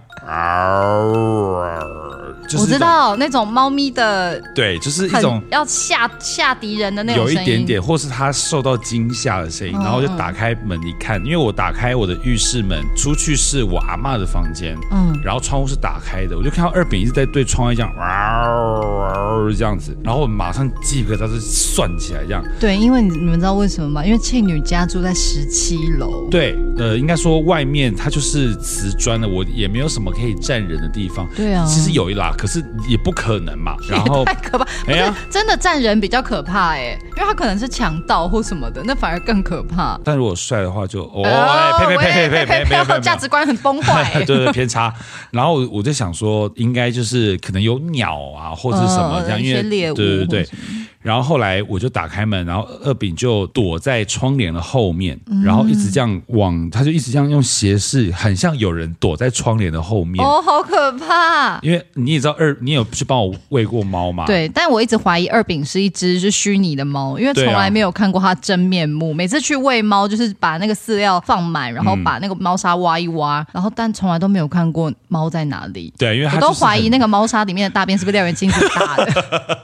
Speaker 3: 就是
Speaker 2: 我
Speaker 3: 一
Speaker 2: 知
Speaker 3: 种，
Speaker 2: 道那种猫咪的
Speaker 3: 对，就是一
Speaker 2: 很
Speaker 3: 种
Speaker 2: 要吓吓敌人的那种
Speaker 3: 有一
Speaker 2: 声音，嗯
Speaker 3: 点点，或是他受到惊吓的声音，然后就打开门一看，因为我打开我的浴室门，出去是我阿嬷的房间，嗯，然后窗户是打开的，我就看到二饼一直在对窗外这样哇哦这样子，然后我马上鸡皮疙瘩就算起来这样，
Speaker 2: 对，因为你你们知道为什么吗？因为庆女家住在十七楼，
Speaker 3: 对，呃，应该说外面它就是瓷砖的，我也没有什么可以站人的地方，
Speaker 2: 对啊
Speaker 3: 其实有一啦，可是也不可能 嘛，然后
Speaker 2: 太可怕！不
Speaker 3: 哎
Speaker 2: 是
Speaker 3: 呀
Speaker 2: 真的站人比较可怕哎、因为他可能是强盗或什么的，那反而更可怕。
Speaker 3: 但如果帅的话就 哦，
Speaker 2: 哦
Speaker 3: 呸呸呸 呸
Speaker 2: 喂
Speaker 3: 呸呸呸，。
Speaker 2: 价值观很崩坏、欸
Speaker 3: 对对偏差。然后我就想说，应该就是可能有鸟啊，或者是什么这样，
Speaker 2: 嗯
Speaker 3: 因为
Speaker 2: 一些猎物
Speaker 3: 对对
Speaker 2: 或
Speaker 3: 对
Speaker 2: 什。
Speaker 3: 然后后来我就打开门，然后二饼就躲在窗帘的后面，
Speaker 2: 嗯
Speaker 3: 然后一直这样往，他就一直这样用斜视，很像有人躲在窗帘的后面。
Speaker 2: 哦，好可 怕！
Speaker 3: 因为你也知道二，你有去帮我喂过猫吗？。
Speaker 2: 对，但我一直怀疑二饼是一只是虚拟的猫，因为从
Speaker 3: 对啊
Speaker 2: 来没有看过它真面目。每次去喂猫，就是把那个饲料放满，然
Speaker 3: 嗯
Speaker 2: 后把那个猫砂挖一挖，然后但从来都没有看过猫在哪里。
Speaker 3: 对，因为它
Speaker 2: 我都
Speaker 3: 就是
Speaker 2: 怀疑
Speaker 3: 很
Speaker 2: 那个猫砂里面的大便是不是廖元清子打的。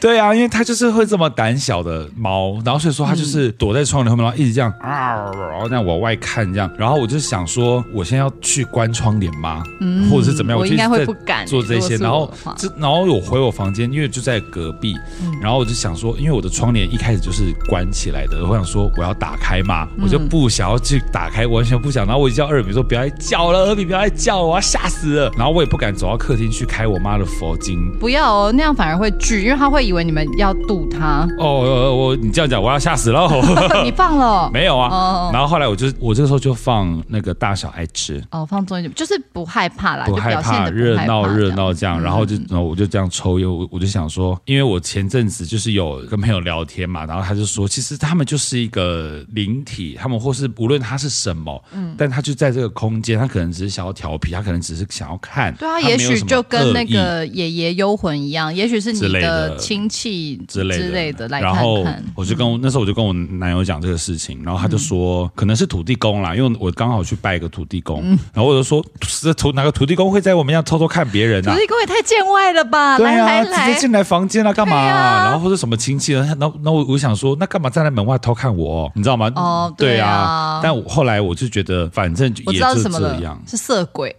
Speaker 3: 对啊，因为它就是会这么胆小的猫，然后所以说它就是躲在窗帘后面，然后一直这样啊，然后这样往外看这样，然后我就想说，我现在要去关窗帘吗？或者是怎么
Speaker 2: 嗯
Speaker 3: 样？
Speaker 2: 我
Speaker 3: 就一直
Speaker 2: 应该会
Speaker 3: 在
Speaker 2: 不敢
Speaker 3: 做这
Speaker 2: 如果
Speaker 3: 些，
Speaker 2: 是
Speaker 3: 然
Speaker 2: 我
Speaker 3: 后
Speaker 2: 的话嗯
Speaker 3: 这然后我回我房间，因为就在隔壁，然后我就想说，因为我的窗帘一开始就是关起来的，我想说我要打开嘛，
Speaker 2: 嗯
Speaker 3: 我就不想要去打开，完全不想。然后我就叫二饼说不要再叫了，二饼不要再叫了，我要吓死了。然后我也不敢走到客厅去开我妈的佛经。
Speaker 2: 不要哦，那样反而会拒，因为他会以为你们要渡他。
Speaker 3: 哦，呃我你这样讲，我要吓死 了。
Speaker 2: 你放了？
Speaker 3: 没有啊
Speaker 2: 哦，
Speaker 3: 然后后来我就我这个时候就放那个大小爱吃，
Speaker 2: 哦，放纵一点，就是不害怕啦，
Speaker 3: 不
Speaker 2: 啊就
Speaker 3: 害
Speaker 2: 表现
Speaker 3: 怕
Speaker 2: 得
Speaker 3: 热
Speaker 2: 不害
Speaker 3: 闹
Speaker 2: 怕
Speaker 3: 热
Speaker 2: 这样。嗯
Speaker 3: 闹这样，然后就然后我就这样抽烟，我我就想说，因为我前阵子就是有跟朋友聊天嘛，然后他就说，其实他们就是一个灵体，他们或是无论他是什么，
Speaker 2: 嗯
Speaker 3: 但他就在这个空间，他可能只是想要调皮，他可能只是想要看，
Speaker 2: 对啊，
Speaker 3: 没有
Speaker 2: 也许
Speaker 3: 什么
Speaker 2: 就跟那
Speaker 3: 恶意
Speaker 2: 个爷爷幽魂一样，也许是你
Speaker 3: 之类
Speaker 2: 的
Speaker 3: 的
Speaker 2: 亲戚
Speaker 3: 之类的
Speaker 2: 之类的来
Speaker 3: 然
Speaker 2: 看
Speaker 3: 后
Speaker 2: 看。嗯
Speaker 3: 我就跟我那时候我就跟我男友讲这个事情，然后他就说、可能是土地公啦，因为我刚好去拜一个土地公，
Speaker 2: 嗯
Speaker 3: 然后我就说这土哪个土地公会在我们家偷偷看别人
Speaker 2: 土
Speaker 3: 啊？
Speaker 2: 地公也太见外了吧！
Speaker 3: 对
Speaker 2: 来
Speaker 3: 啊，
Speaker 2: 来
Speaker 3: 直接
Speaker 2: 来，
Speaker 3: 进来房间啊，干嘛、
Speaker 2: 对啊
Speaker 3: 然后或者什么亲戚啊，那那我我想说，那干嘛站在门外偷看我？你知道吗？
Speaker 2: 哦对
Speaker 3: 对
Speaker 2: 啊
Speaker 3: 但我后来我就觉得，反正
Speaker 2: 我
Speaker 3: 也
Speaker 2: 知道
Speaker 3: 就是
Speaker 2: 什么
Speaker 3: 这
Speaker 2: 了
Speaker 3: 样，
Speaker 2: 是色鬼，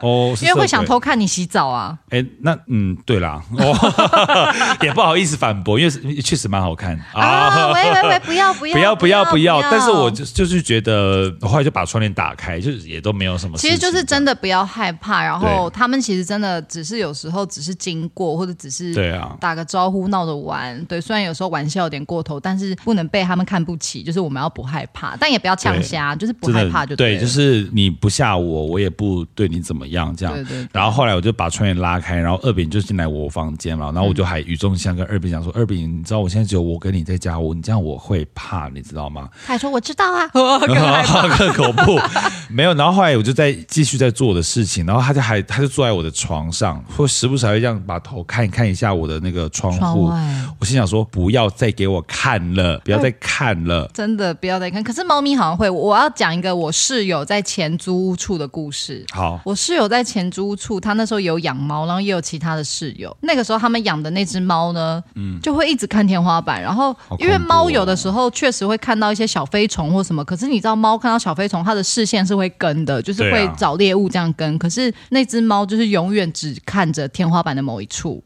Speaker 3: 哦，是
Speaker 2: 因为会
Speaker 3: 色
Speaker 2: 想
Speaker 3: 鬼
Speaker 2: 偷看你洗澡啊。
Speaker 3: 哎，那嗯，对啦，哦， 也不好意思反驳，因为是确实蛮好看
Speaker 2: 啊，喂喂喂，不要不要
Speaker 3: 不要不要不要！但是我就就是觉得，我后来就把窗帘打开，就是也都没有什么事
Speaker 2: 其
Speaker 3: 情。
Speaker 2: 实就是真的不要害怕，然后
Speaker 3: 对
Speaker 2: 他们其实真的只是有时候只是经过，或者只是
Speaker 3: 对啊
Speaker 2: 打个招呼闹着玩。对，虽然有时候玩笑有点过头，但是不能被他们看不起，就是我们要不害怕，但也不要呛瞎，就是不
Speaker 3: 真的
Speaker 2: 害怕就
Speaker 3: 对，
Speaker 2: 了
Speaker 3: 就是你不吓我，我也不对你怎么样这样。
Speaker 2: 对对对
Speaker 3: 然后后来我就把窗帘拉开，然后二饼就进来我房间嘛，然后我就还语重心长跟二饼讲说：“二饼，你知道我现在只有我跟你在家，我你这样我会怕，你知道吗？”
Speaker 4: 他还说我知道 啊，
Speaker 3: 更恐怖。 没有，然后后来我就在继续在做我的事情，然后他就还他就坐在我的床上，或时不时还会这样把头看一看一下我的那个窗
Speaker 2: 窗
Speaker 3: 户
Speaker 2: 外。哎
Speaker 3: 我心想说，不要再给我看了，不要再看了。
Speaker 2: 真的不要再看。可是猫咪好像会，我要讲一个我室友在前租屋处的故事。
Speaker 3: 好
Speaker 2: 我室友在前租屋处，他那时候有养猫，然后也有其他的室友。那个时候他们养的那只猫呢，就会一直看天花板。然后
Speaker 3: 嗯恐怖哦
Speaker 2: 因为猫有的时候确实会看到一些小飞虫或什么，可是你知道猫看到小飞虫，它的视线是会跟的，就是
Speaker 3: 对
Speaker 2: 会
Speaker 3: 啊
Speaker 2: 找猎物这样跟。可是那只猫就是永远只看着天花板的某一处，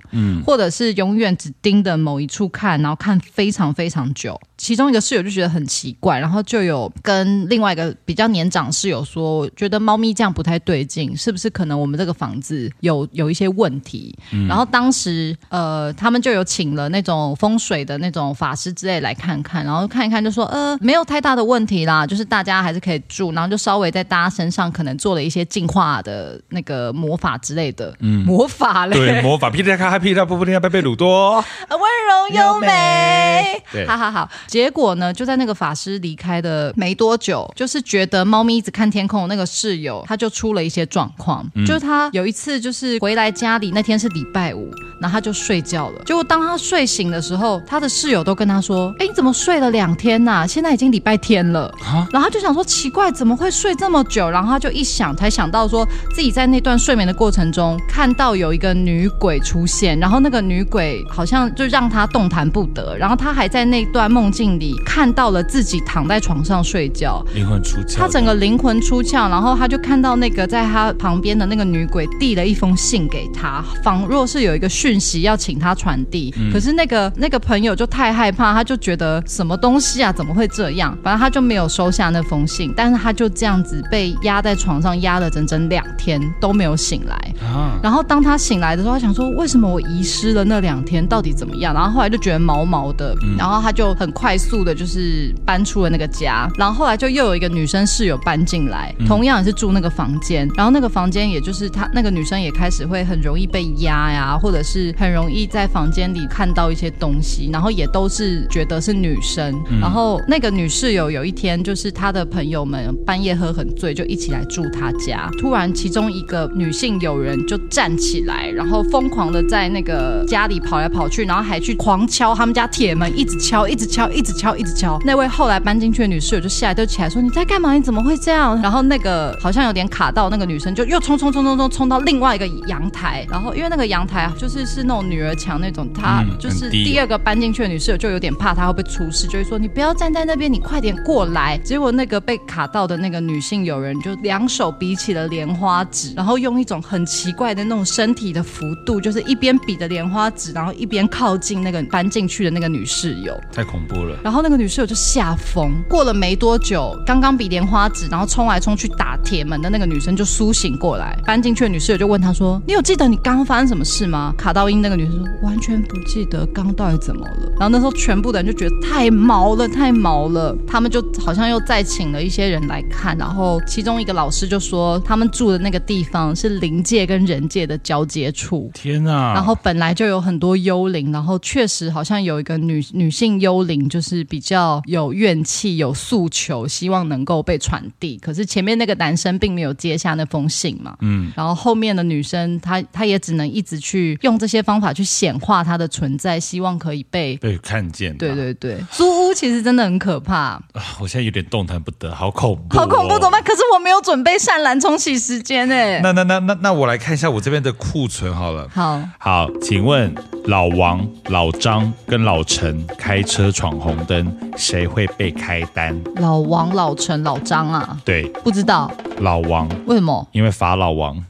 Speaker 2: 或者是永远只盯着某一处看，然后看非常非常久。其中一个室友就觉得很奇怪，然后就有跟另外一个比较年长室友说，我觉得猫咪这样不太对劲，是不是可能我们这个房子有 有一些问题？然后当时呃，他们就有请了那种风水的那种法师之类来看看，然后看一看就说呃没有太大的问题啦，就是大家还是可以住，然后就稍微在大家身上可能做了一些净化的那个魔法之类的，魔法嘞，
Speaker 3: 对，魔法噼里啪啦，噼里啪啦，噗噗啪啦，贝贝鲁多。
Speaker 2: 温柔优美。
Speaker 3: 对
Speaker 2: 好好好。结果呢，就在那个法师离开的没多久，就是觉得猫咪一直看天空的那个室友，他就出了一些状况。就是他有一次就是回来家里，那天是礼拜五，然后他就睡觉了。结果当他睡醒的时候，他的室友都跟他说：“哎，你怎么睡了两天呐、现在已经礼拜天了。”然后他就想说奇怪，怎么会睡这么久？然后他就一想，才想到说自己在那段睡眠的过程中，看到有一个女鬼出现，然后那个女鬼好像就让他动弹不得，然后他还在那段梦境里看到了自己躺在床上睡觉。
Speaker 3: 灵魂出窍。
Speaker 2: 他整个灵魂出窍，然后他就看到那个在他旁边的那个女鬼递了一封信给他，仿若是有一个讯息要请他传递。
Speaker 3: 嗯
Speaker 2: 可是那个那个朋友就太害怕，他就觉得什么东西啊，怎么会这样？反正他就没有收下那封信，但是他就这样子被压在床上压了整整两天都没有醒来。
Speaker 3: 啊，
Speaker 2: 然后当他醒来的时候，他想说为什么我遗失了那两天，到底怎么样？然后后来就觉得毛毛的，然后他就很快速的，就是搬出了那个家。然后后来就又有一个女生室友搬进来，同样也是住那个房间。然后那个房间也就是他那个女生也开始会很容易被压呀，或者是很容易在房间里看到一些东西，然后也都是觉得是女生。然后那个女室友有一天就是她的朋友们半夜喝很醉，就一起来住她家。突然，其中一个女性友人就站起来，然后疯狂的在那个家里跑来跑去，然后还去狂敲他们家铁门，一直敲，一直敲，一直敲，一直敲。那位后来搬进去的女室友就下来就起来说：“你在干嘛？你怎么会这样？”然后那个好像有点卡到那个女生，就又冲冲冲冲冲冲到另外一个阳台，然后因为那个阳台就是是那种女儿墙那种，她
Speaker 3: 嗯
Speaker 2: 就是
Speaker 3: 很低
Speaker 2: 第二。第二个搬进去的女室友就有点怕她会不会出事，就会说你不要站在那边，你快点过来。结果那个被卡到的那个女性友人就两手比起了莲花指，然后用一种很奇怪的那种身体的幅度，就是一边比着莲花指，然后一边靠近那个搬进去的那个女室友。
Speaker 3: 太恐怖了。
Speaker 2: 然后那个女室友就吓疯，过了没多久，刚刚比莲花指，然后冲来冲去打铁门的那个女生就苏醒过来，搬进去的女室友就问她说：“你有记得你刚刚发生什么事吗？”卡道英那个女生说：“完全不记得刚刚到底怎么了。”然后那时候全部的人就觉得太毛了，太毛了，他们就好像又再请了一些人来看，然后其中一个老师就说，他们住的那个地方是灵界跟人界的交接处，
Speaker 3: 天啊！
Speaker 2: 然后本来就有很多幽灵，然后确实好像有一个女女性幽灵，就是比较有怨气、有诉求，希望能够被传递。可是前面那个男生并没有接下那封信嘛，嗯，然后后面的女生她她也只能一直去用这些方法去显化她的存在，希望可以被。
Speaker 3: 被看见，
Speaker 2: 对。对对，租屋其实真的很可怕，
Speaker 3: 啊我现在有点动弹不得，好恐怖、哦
Speaker 2: 好恐怖，怎么？办？可是我没有准备善兰冲洗时间哎、
Speaker 3: 那那那那那我来看一下我这边的库存好了。
Speaker 2: 好，
Speaker 3: 好，请问老王、老张跟老陈开车闯红灯，谁会被开单？
Speaker 2: 老王、老陈、老张啊，
Speaker 3: 对，
Speaker 2: 不知道
Speaker 3: 老王，
Speaker 2: 为什么
Speaker 3: 因为罚老 王。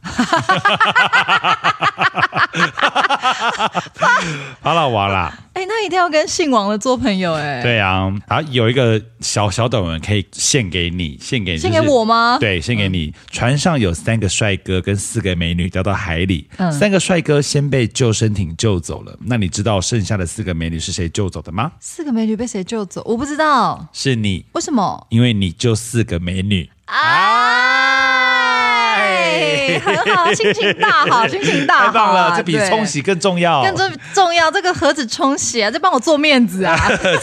Speaker 3: 罚老王啦，
Speaker 2: 哎、那一定要跟姓王的做朋友哎、
Speaker 3: 对啊，啊有一个小小短文可以献给你，献给你、
Speaker 2: 献给我吗嗯
Speaker 3: 对，献给你。船上有三个帅哥跟四个美女掉到海里，
Speaker 2: 嗯
Speaker 3: 三个帅哥先被救生艇救走了。那你知道剩下的四个美女是谁救走的吗？
Speaker 2: 四个美女被谁救走？我不知道，
Speaker 3: 是你，
Speaker 2: 为什么？
Speaker 3: 因为你救四个美女。
Speaker 2: 哎，很好，心情大 好，心情大好啊，
Speaker 3: 太棒了，这比
Speaker 2: 对
Speaker 3: 冲洗更重要，
Speaker 2: 更重重要。这个何止冲洗啊，这帮我做面子 啊！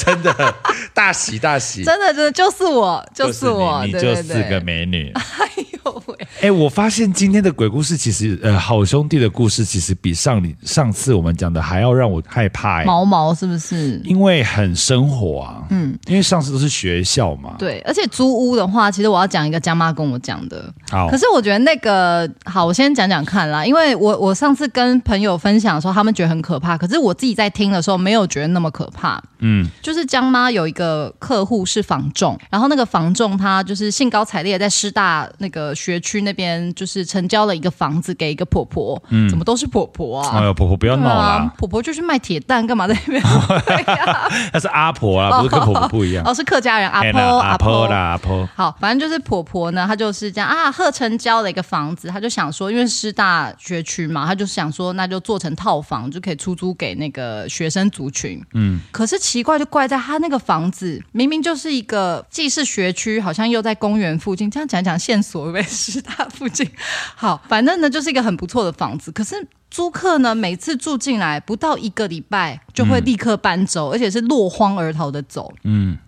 Speaker 3: 真的大喜大 喜，
Speaker 2: 真的，真的就是我，
Speaker 3: 就
Speaker 2: 就是我，
Speaker 3: 你，你
Speaker 2: 对
Speaker 3: 就
Speaker 2: 对
Speaker 3: 四个
Speaker 2: 对。
Speaker 3: 美女。
Speaker 2: 哎呦喂，
Speaker 3: 哎、我发现今天的鬼故事其实，呃，好兄弟的故事其实比上你上次我们讲的还要让我害怕、哎，
Speaker 2: 毛毛是不是？
Speaker 3: 因为很生活啊，嗯，因为上次都是学校嘛，
Speaker 2: 对，而且租屋的话，其实我要讲一个江妈跟我讲的。
Speaker 3: 好
Speaker 2: 可是我觉得那个好，我先讲讲看啦，因为我我上次跟朋友分享的时候，他们觉得很可怕，可是我自己在听的时候没有觉得那么可怕。嗯，就是江妈有一个客户是房仲，然后那个房仲他就是兴高采烈地在师大那个学区那边，就是成交了一个房子给一个婆婆。嗯，怎么都是婆婆啊？
Speaker 3: 哎呦，婆婆不要闹
Speaker 2: 对啊
Speaker 3: 啦，，
Speaker 2: 婆婆就去卖铁蛋，干嘛在那边？对啊
Speaker 3: 那、是阿婆啊啦，不是跟婆婆 不一样。
Speaker 2: 哦，是客家人阿
Speaker 3: 哎
Speaker 2: 婆
Speaker 3: 啦阿
Speaker 2: 婆
Speaker 3: 婆啦，阿婆，
Speaker 2: 好，反正就是婆婆呢，她就是这样啊，贺成交了一个房子，她就想说，因为师大学区嘛，她就想说，那就做成套房，就可以出租给那个学生族群。嗯，可是奇怪就怪在她那个房子明明就是一个既是学区，好像又在公园附近，这样讲讲线索会不会师大附近？好，反正呢就是一个很不错的房子，可是。租客呢，每次住进来不到一个礼拜，就会立刻搬走，而且是落荒而逃的走。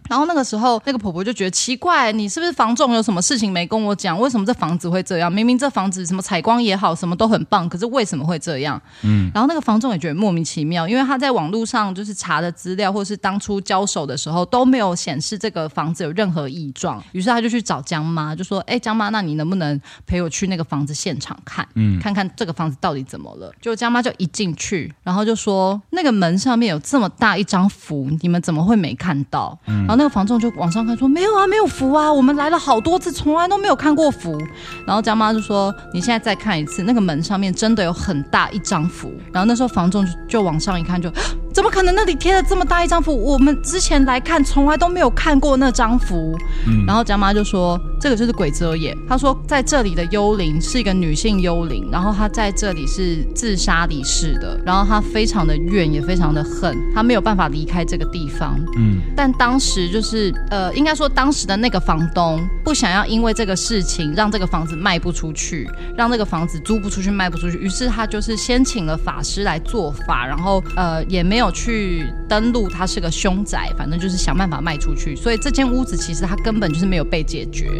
Speaker 2: 然后那个时候，那个婆婆就觉得奇怪，你是不是房仲有什么事情没跟我讲？为什么这房子会这样？明明这房子什么采光也好，什么都很棒，可是为什么会这样？嗯，然后那个房仲也觉得莫名其妙，因为他在网络上就是查的资料，或是当初交手的时候都没有显示这个房子有任何异状，于是他就去找江妈，就说：“哎，江妈，那你能不能陪我去那个房子现场看？嗯，看看这个房子到底怎么了？”就江妈就一进去，然后就说：“那个门上面有这么大一张符，你们怎么会没看到？”然后那个房仲就往上看说：“没有啊，没有符啊，我们来了好多次，从来都没有看过符。”然后江妈就说：“你现在再看一次，那个门上面真的有很大一张符。”然后那时候房仲就就往上一看就， 怎么可能那里贴了这么大一张符？我们之前来看从来都没有看过那张符。然后江妈就说：“这个就是鬼遮眼。”她说在这里的幽灵是一个女性幽灵，然后她在这里是自杀离世的，然后她非常的怨，也非常的恨，她没有办法离开这个地方。但当时就是呃，应该说当时的那个房东不想要因为这个事情让这个房子卖不出去，让这个房子租不出去卖不出去，于是他就是先请了法师来做法，然后呃也没有去登录它是个凶宅，反正就是想办法卖出去，所以这间屋子其实它根本就是没有被解决。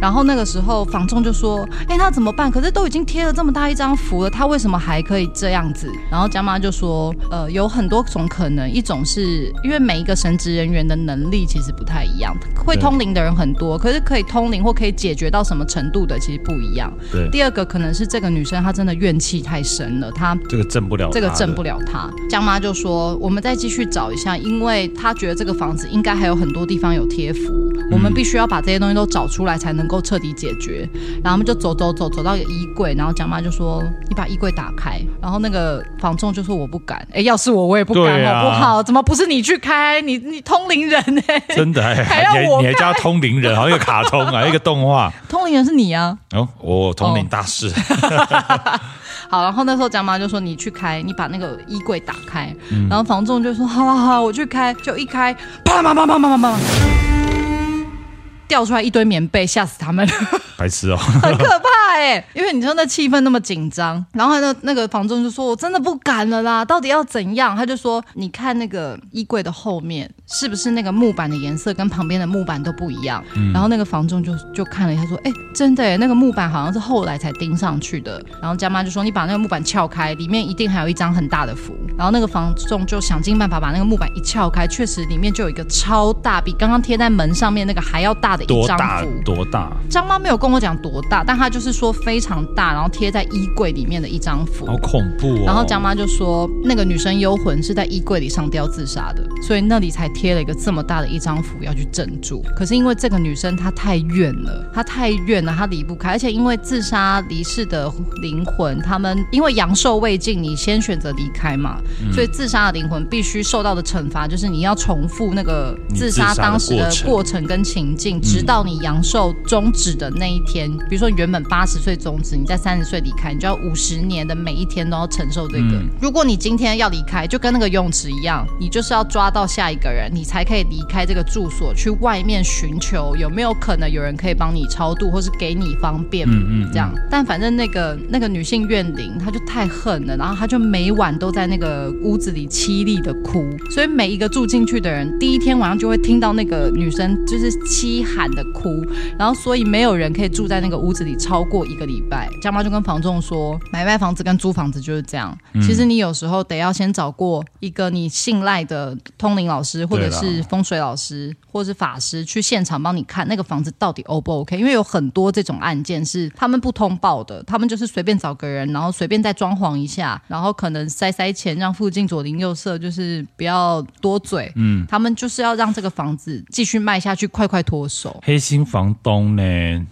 Speaker 2: 然后那个时候房仲就说：“哎，那怎么办？可是都已经贴了这么大一张符了，他为什么还可以这样子？”然后江妈就说：“呃，有很多种可能，一种是因为每一个神职人员的能力其实不太一样，会
Speaker 3: 对
Speaker 2: 通灵的人很多，可是可以通灵或可以解决到什么程度的其实不一样。
Speaker 3: 对，
Speaker 2: 第二个可能是这个女生她真的怨气太深了，她
Speaker 3: 这个挣不了，
Speaker 2: 这个挣不。了他。江妈就说：“我们再继续找一下，因为她觉得这个房子应该还有很多地方有贴符，我
Speaker 3: 嗯
Speaker 2: 们必须要把这些东西都找出来，才能够彻底解决。然后我们就走走走走到一个衣柜，然后蒋妈就说：“你把衣柜打开。”然后那个房仲就说：“我不敢。”哎，要是我，我也不敢，
Speaker 3: 对啊
Speaker 2: 好不好？怎么不是你去开？你你通灵人哎、
Speaker 3: 真的、欸，
Speaker 2: 还让
Speaker 3: 你
Speaker 2: 我
Speaker 3: 还你还叫他通灵人，好像一个卡通 啊，一个动画。
Speaker 2: 通灵人是你啊。
Speaker 3: 哦，我通灵大师，
Speaker 2: 哦 好，然后那时候蒋妈就说：“你去开，你把那个衣柜打开。然后房仲就说：“好了好了，我去开。”就一开，啪啦啪啪啪啪啪啪，掉出来一堆棉被，吓死他们了。
Speaker 3: 白痴哦。
Speaker 2: 很可怕哎、因为你说那气氛那么紧张，然后那那个房东就说：“我真的不敢了啦，到底要怎样？”他就说：“你看那个衣柜的后面，是不是那个木板的颜色跟旁边的木板都不一样？”
Speaker 3: 嗯
Speaker 2: 然后那个房东就就看了一下，说：“哎、真的、欸，那个木板好像是后来才钉上去的。”然后家妈就说：“你把那个木板撬开，里面一定还有一张很大的符。”然后那个房东就想尽办法把那个木板一撬开，确实里面就有一个超大，比刚刚贴在门上面那个还要大的一
Speaker 3: 多
Speaker 2: 张
Speaker 3: 大
Speaker 2: 符。
Speaker 3: 多大，
Speaker 2: 张妈没有跟我讲多大，但她就是说非常大，然后贴在衣柜里面的一张符。
Speaker 3: 好恐怖哦。
Speaker 2: 然后张妈就说，那个女生幽魂是在衣柜里上吊自杀的，所以那里才贴了一个这么大的一张符要去镇住。可是因为这个女生她太怨了，她太怨了，她离不开，而且因为自杀离世的灵魂，他们因为阳寿未尽，你先选择离开嘛，
Speaker 3: 嗯
Speaker 2: 所以自杀的灵魂必须受到的惩罚就是你要重复那个
Speaker 3: 你
Speaker 2: 自
Speaker 3: 自
Speaker 2: 杀
Speaker 3: 杀的
Speaker 2: 当时的
Speaker 3: 过程
Speaker 2: 过程跟情境，直到你阳寿终止的那一天。比如说原本八十岁终止，你在三十岁离开，你就要五十年的每一天都要承受这个。如果你今天要离开，就跟那个游泳池一样，你就是要抓到下一个人，你才可以离开这个住所，去外面寻求有没有可能有人可以帮你超度，或是给你方便，嗯嗯，这样。但反正那个那个女性怨灵，她就太恨了，然后她就每晚都在那个屋子里凄厉的哭，所以每一个住进去的人，第一天晚上就会听到那个女生就是凄喊的哭，然后所以没有人可以住在那个屋子里超过一个礼拜。江妈就跟房仲说，买卖房子跟租房子就是这样，其实你有时候得要先找过一个你信赖的通灵老师，或者
Speaker 3: 对啦
Speaker 2: 是风水老师，或是法师去现场帮你看那个房子到底 O 不 OK，因为有很多这种案件是他们不通报的，他们就是随便找个人，然后随便再装潢一下，然后可能塞塞钱让附近左邻右舍就是不要多嘴，嗯，他们就是要让这个房子继续卖下去，快快脱手。
Speaker 3: 黑心房东呢，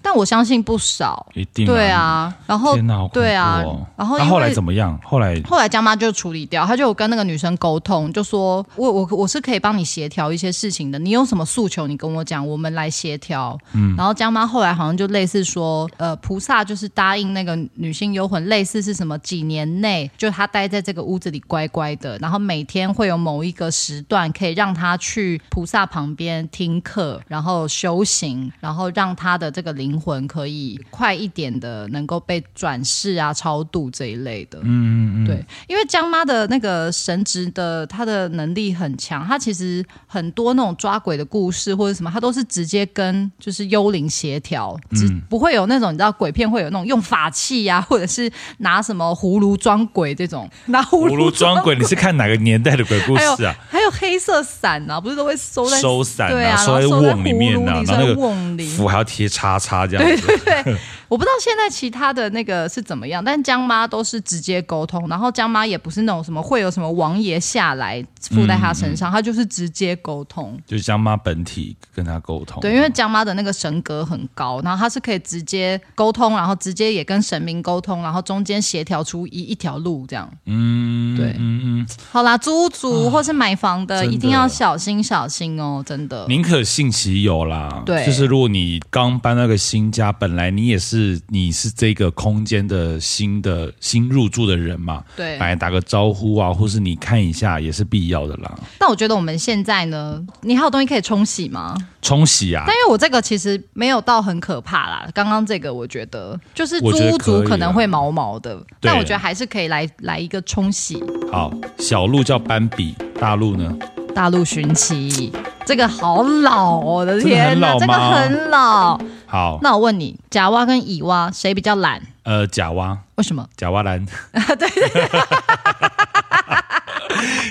Speaker 2: 但我相信不少，
Speaker 3: 一定
Speaker 2: 对。啊，然后
Speaker 3: 天哪，好恐怖哦
Speaker 2: 对啊，然后
Speaker 3: 那
Speaker 2: 因
Speaker 3: 后来
Speaker 2: 为
Speaker 3: 怎么样？后来
Speaker 2: 后来江妈就处理掉，她就有跟那个女生沟通，就说我我我是可以帮你协调一些事情的，你有什么诉求你跟我讲，我们来协调。嗯，然后江妈后来好像就类似说，呃，菩萨就是答应那个女性幽魂，类似是什么几年内就她待在这个屋子里乖乖的，然后每天会有某一个时段可以让她去菩萨旁边听课，然后修行，然后让她的这个灵魂可以快一点的能够被转世啊、超度这一类的。
Speaker 3: 嗯
Speaker 2: 对，因为江妈的那个神职的，她的能力很强，她其实很多那种抓鬼的故事或者什么，她都是直接跟就是幽灵协调，
Speaker 3: 嗯
Speaker 2: 只不会有那种你知道鬼片会有那种用法器呀、或者是拿什么葫芦装鬼这种，拿葫
Speaker 3: 葫芦
Speaker 2: 芦
Speaker 3: 装鬼，你是看哪个年代的鬼故
Speaker 2: 还有
Speaker 3: 事啊？
Speaker 2: 还有黑色伞啊，不是都会收在
Speaker 3: 收伞
Speaker 2: 对啊，
Speaker 3: 收在
Speaker 2: 然后
Speaker 3: 瓮里面
Speaker 2: 葫芦
Speaker 3: 啊，
Speaker 2: 里，
Speaker 3: 然后那
Speaker 2: 收在瓮
Speaker 3: 个
Speaker 2: 里。
Speaker 3: 符还要贴叉叉这样子。
Speaker 2: 我不知道现在其他的那个是怎么样，但江妈都是直接沟通，然后江妈也不是那种什么会有什么王爷下来附在她身上，她就是直接沟通。
Speaker 3: 就是江妈本体跟他沟通。
Speaker 2: 对，因为江妈的那个神格很高，然后她是可以直接沟通，然后直接也跟神明沟通，然后中间协调出一一条路这样。
Speaker 3: 嗯，
Speaker 2: 对
Speaker 3: 嗯嗯，
Speaker 2: 好啦，租族或是买房的、
Speaker 3: 真的嗯
Speaker 2: 一定要小心小心哦，真的。
Speaker 3: 宁可信其有啦。
Speaker 2: 对
Speaker 3: 就是如果你刚搬到个新家，本来你也是你是这个空间的新的新入住的人嘛，
Speaker 2: 对
Speaker 3: 本来打个招呼啊，或是你看一下也是必要的啦。
Speaker 2: 但我觉得我们现在呢，你还有东西可以冲洗吗？
Speaker 3: 冲洗啊
Speaker 2: 但，因为我这个其实没有到很可怕啦，刚刚这个我觉得就是
Speaker 3: 我觉得
Speaker 2: 租
Speaker 3: 可以
Speaker 2: 族
Speaker 3: 啊
Speaker 2: 可能会毛毛的，
Speaker 3: 对
Speaker 2: 但我觉得还是可以来来一个冲洗
Speaker 3: 好，小路叫斑比，大路呢？
Speaker 2: 大陆寻奇，这个好老哦，我的天哪，这
Speaker 3: 真
Speaker 2: 个
Speaker 3: 的很老吗
Speaker 2: 很老。
Speaker 3: 好，
Speaker 2: 那我问你，甲蛙跟乙蛙谁比较懒？
Speaker 3: 呃，甲蛙，
Speaker 2: 为什么？
Speaker 3: 甲蛙兰，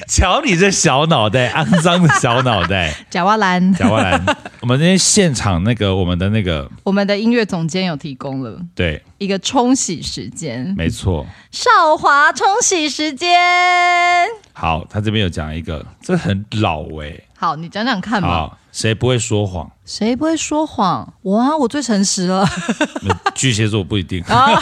Speaker 3: 瞧你这小脑袋，肮脏的小脑袋，
Speaker 2: 贾瓦兰，
Speaker 3: 贾 万兰。我们那天现场那个，我们的那个，
Speaker 2: 我们的音乐总监有提供了
Speaker 3: 对，
Speaker 2: 一个冲洗时间，
Speaker 3: 没错。
Speaker 2: 少华冲洗时间。
Speaker 3: 好，他这边有讲一个，这很老哎、
Speaker 2: 好，你讲讲看吧。
Speaker 3: 好，谁不会说谎？
Speaker 2: 谁不会说谎？我啊，我最诚实了。
Speaker 3: 巨蟹座不一定。
Speaker 2: 哦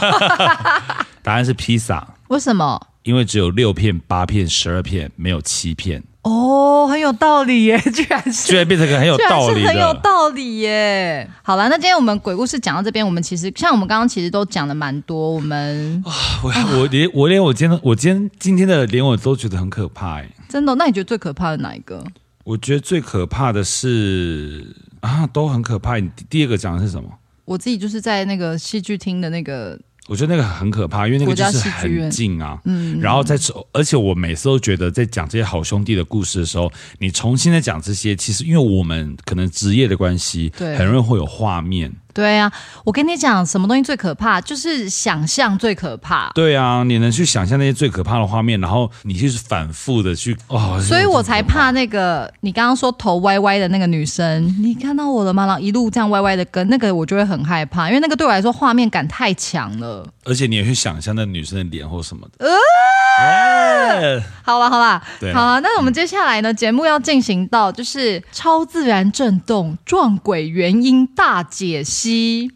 Speaker 3: 答案是披萨，
Speaker 2: 为什么？
Speaker 3: 因为只有六片、八片、十二片，没有七片，
Speaker 2: 哦，很有道理耶， 居然是
Speaker 3: 居然变成个很有
Speaker 2: 居然
Speaker 3: 道
Speaker 2: 是
Speaker 3: 理
Speaker 2: 很有
Speaker 3: 的。
Speaker 2: 道理耶。好了，那今天我们鬼故事讲到这边，我们其实像我们刚刚其实都讲了蛮多，我们
Speaker 3: 我我连我连我今天我今天今天的连我都觉得很可怕哎、
Speaker 2: 真的，那你觉得最可怕的哪一个？
Speaker 3: 我觉得最可怕的是啊，都很可怕。你第第二个讲的是什么？
Speaker 2: 我自己就是在那个戏剧厅的那个，
Speaker 3: 我觉得那个很可怕，因为那个就
Speaker 2: 国家
Speaker 3: 是
Speaker 2: 戏剧院
Speaker 3: 很近啊，嗯，然后在而且我每次都觉得在讲这些好兄弟的故事的时候，你重新的讲这些，其实因为我们可能职业的关系，
Speaker 2: 对
Speaker 3: 很容易会有画面，
Speaker 2: 对啊，我跟你讲，什么东西最可怕？就是想象最可怕。
Speaker 3: 对啊，你能去想象那些最可怕的画面，然后你去反复的去哦，
Speaker 2: 所以我才怕那个你刚刚说头歪歪的那个女生，你看到我了吗？然后一路这样歪歪的跟，那个我就会很害怕，因为那个对我来说画面感太强了。
Speaker 3: 而且你也去想象那女生的脸或什么
Speaker 2: 啊
Speaker 3: 的，哎
Speaker 2: 好啦好啦
Speaker 3: 对，啦
Speaker 2: 好啊。那我们接下来呢，节目要进行到就是超自然震动撞鬼原因大解析。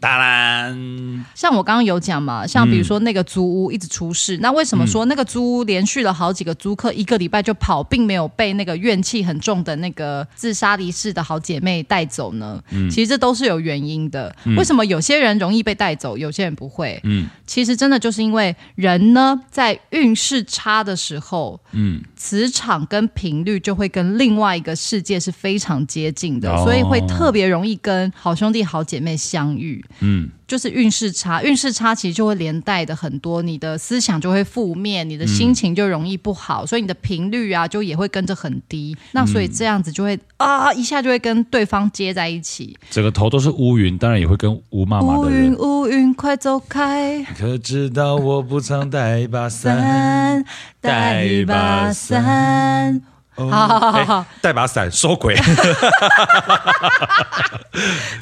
Speaker 3: 当然，
Speaker 2: 像我刚刚有讲嘛，像比如说那个租屋一直出事，那为什么说那个租屋连续了好几个租客一个礼拜就跑，并没有被那个怨气很重的那个自杀离世的好姐妹带走呢？其实这都是有原因的。为什么有些人容易被带走，有些人不会？
Speaker 3: 嗯
Speaker 2: 其实真的就是因为人呢，在运势差的时候，
Speaker 3: 嗯，
Speaker 2: 磁场跟频率就会跟另外一个世界是非常接近的，
Speaker 3: 哦
Speaker 2: 所以会特别容易跟好兄弟、好姐妹相遇。
Speaker 3: 嗯，
Speaker 2: 就是运势差，运势差其实就会连带的很多，你的思想就会负面，你的心情就容易不
Speaker 3: 嗯
Speaker 2: 好，所以你的频率啊就也会跟着很低。那所以这样子就会、啊一下就会跟对方接在一起，
Speaker 3: 整个头都是乌云，当然也会跟吴妈妈
Speaker 2: 乌
Speaker 3: 的人
Speaker 2: 云。乌云快走开。
Speaker 3: 可知道我不常带把伞。
Speaker 2: 伞，带一把伞。
Speaker 3: 哦
Speaker 2: 好好
Speaker 3: 哎
Speaker 2: 好好好，
Speaker 3: 带把伞收鬼，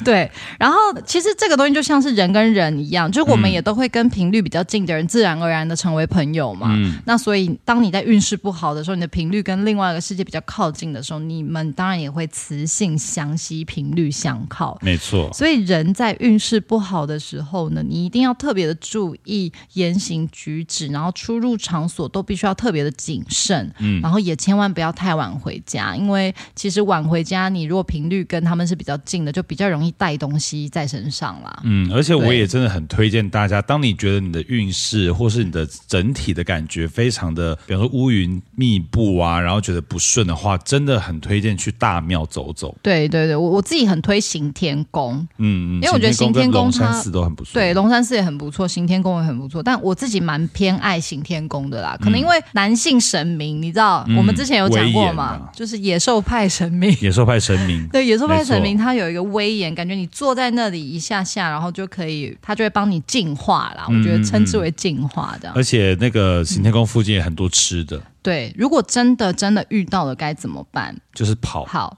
Speaker 2: 对。然后其实这个东西就像是人跟人一样，就是我们也都会跟频率比较近的人，自然而然的成为朋友嘛。那所以当你在运势不好的时候，你的频率跟另外一个世界比较靠近的时候，你们当然也会磁性相吸，频率相靠。
Speaker 3: 没错，
Speaker 2: 所以人在运势不好的时候呢，你一定要特别的注意言行举止，然后出入场所都必须要特别的谨慎，
Speaker 3: 嗯
Speaker 2: 然后也千万不要太晚回家，因为其实晚回家，你如果频率跟他们是比较近的，就比较容易带东西在身上啦。
Speaker 3: 嗯，而且我
Speaker 2: 对
Speaker 3: 也真的很推荐大家，当你觉得你的运势或是你的整体的感觉非常的，比方说乌云密布啊，然后觉得不顺的话，真的很推荐去大庙走走。
Speaker 2: 对对对，我我自己很推行天宫，
Speaker 3: 嗯，
Speaker 2: 因为我觉得
Speaker 3: 行
Speaker 2: 行天
Speaker 3: 跟
Speaker 2: 宫
Speaker 3: 龙山
Speaker 2: 它
Speaker 3: 寺都很不啊错。
Speaker 2: 对，龙山寺也很不错，行天宫也很不错，但我自己蛮偏爱行天宫的啦。可能因为男性神明，你知道、
Speaker 3: 嗯
Speaker 2: 我们之前有讲
Speaker 3: 威
Speaker 2: 过
Speaker 3: 严
Speaker 2: 嘛，
Speaker 3: 啊
Speaker 2: 就是野兽派神明。
Speaker 3: 野兽派神明，
Speaker 2: 对，野兽派神明
Speaker 3: 没
Speaker 2: 它有一个威严，感觉你坐在那里一下下，然后就可以，它就会帮你净化啦。
Speaker 1: 嗯
Speaker 2: 我觉得称之为净化这样。
Speaker 1: 哎
Speaker 3: 而且那个行天宫附近也很多吃的，
Speaker 2: 对，如果真的真的遇到了该怎么办？
Speaker 3: 就是跑。
Speaker 2: 好，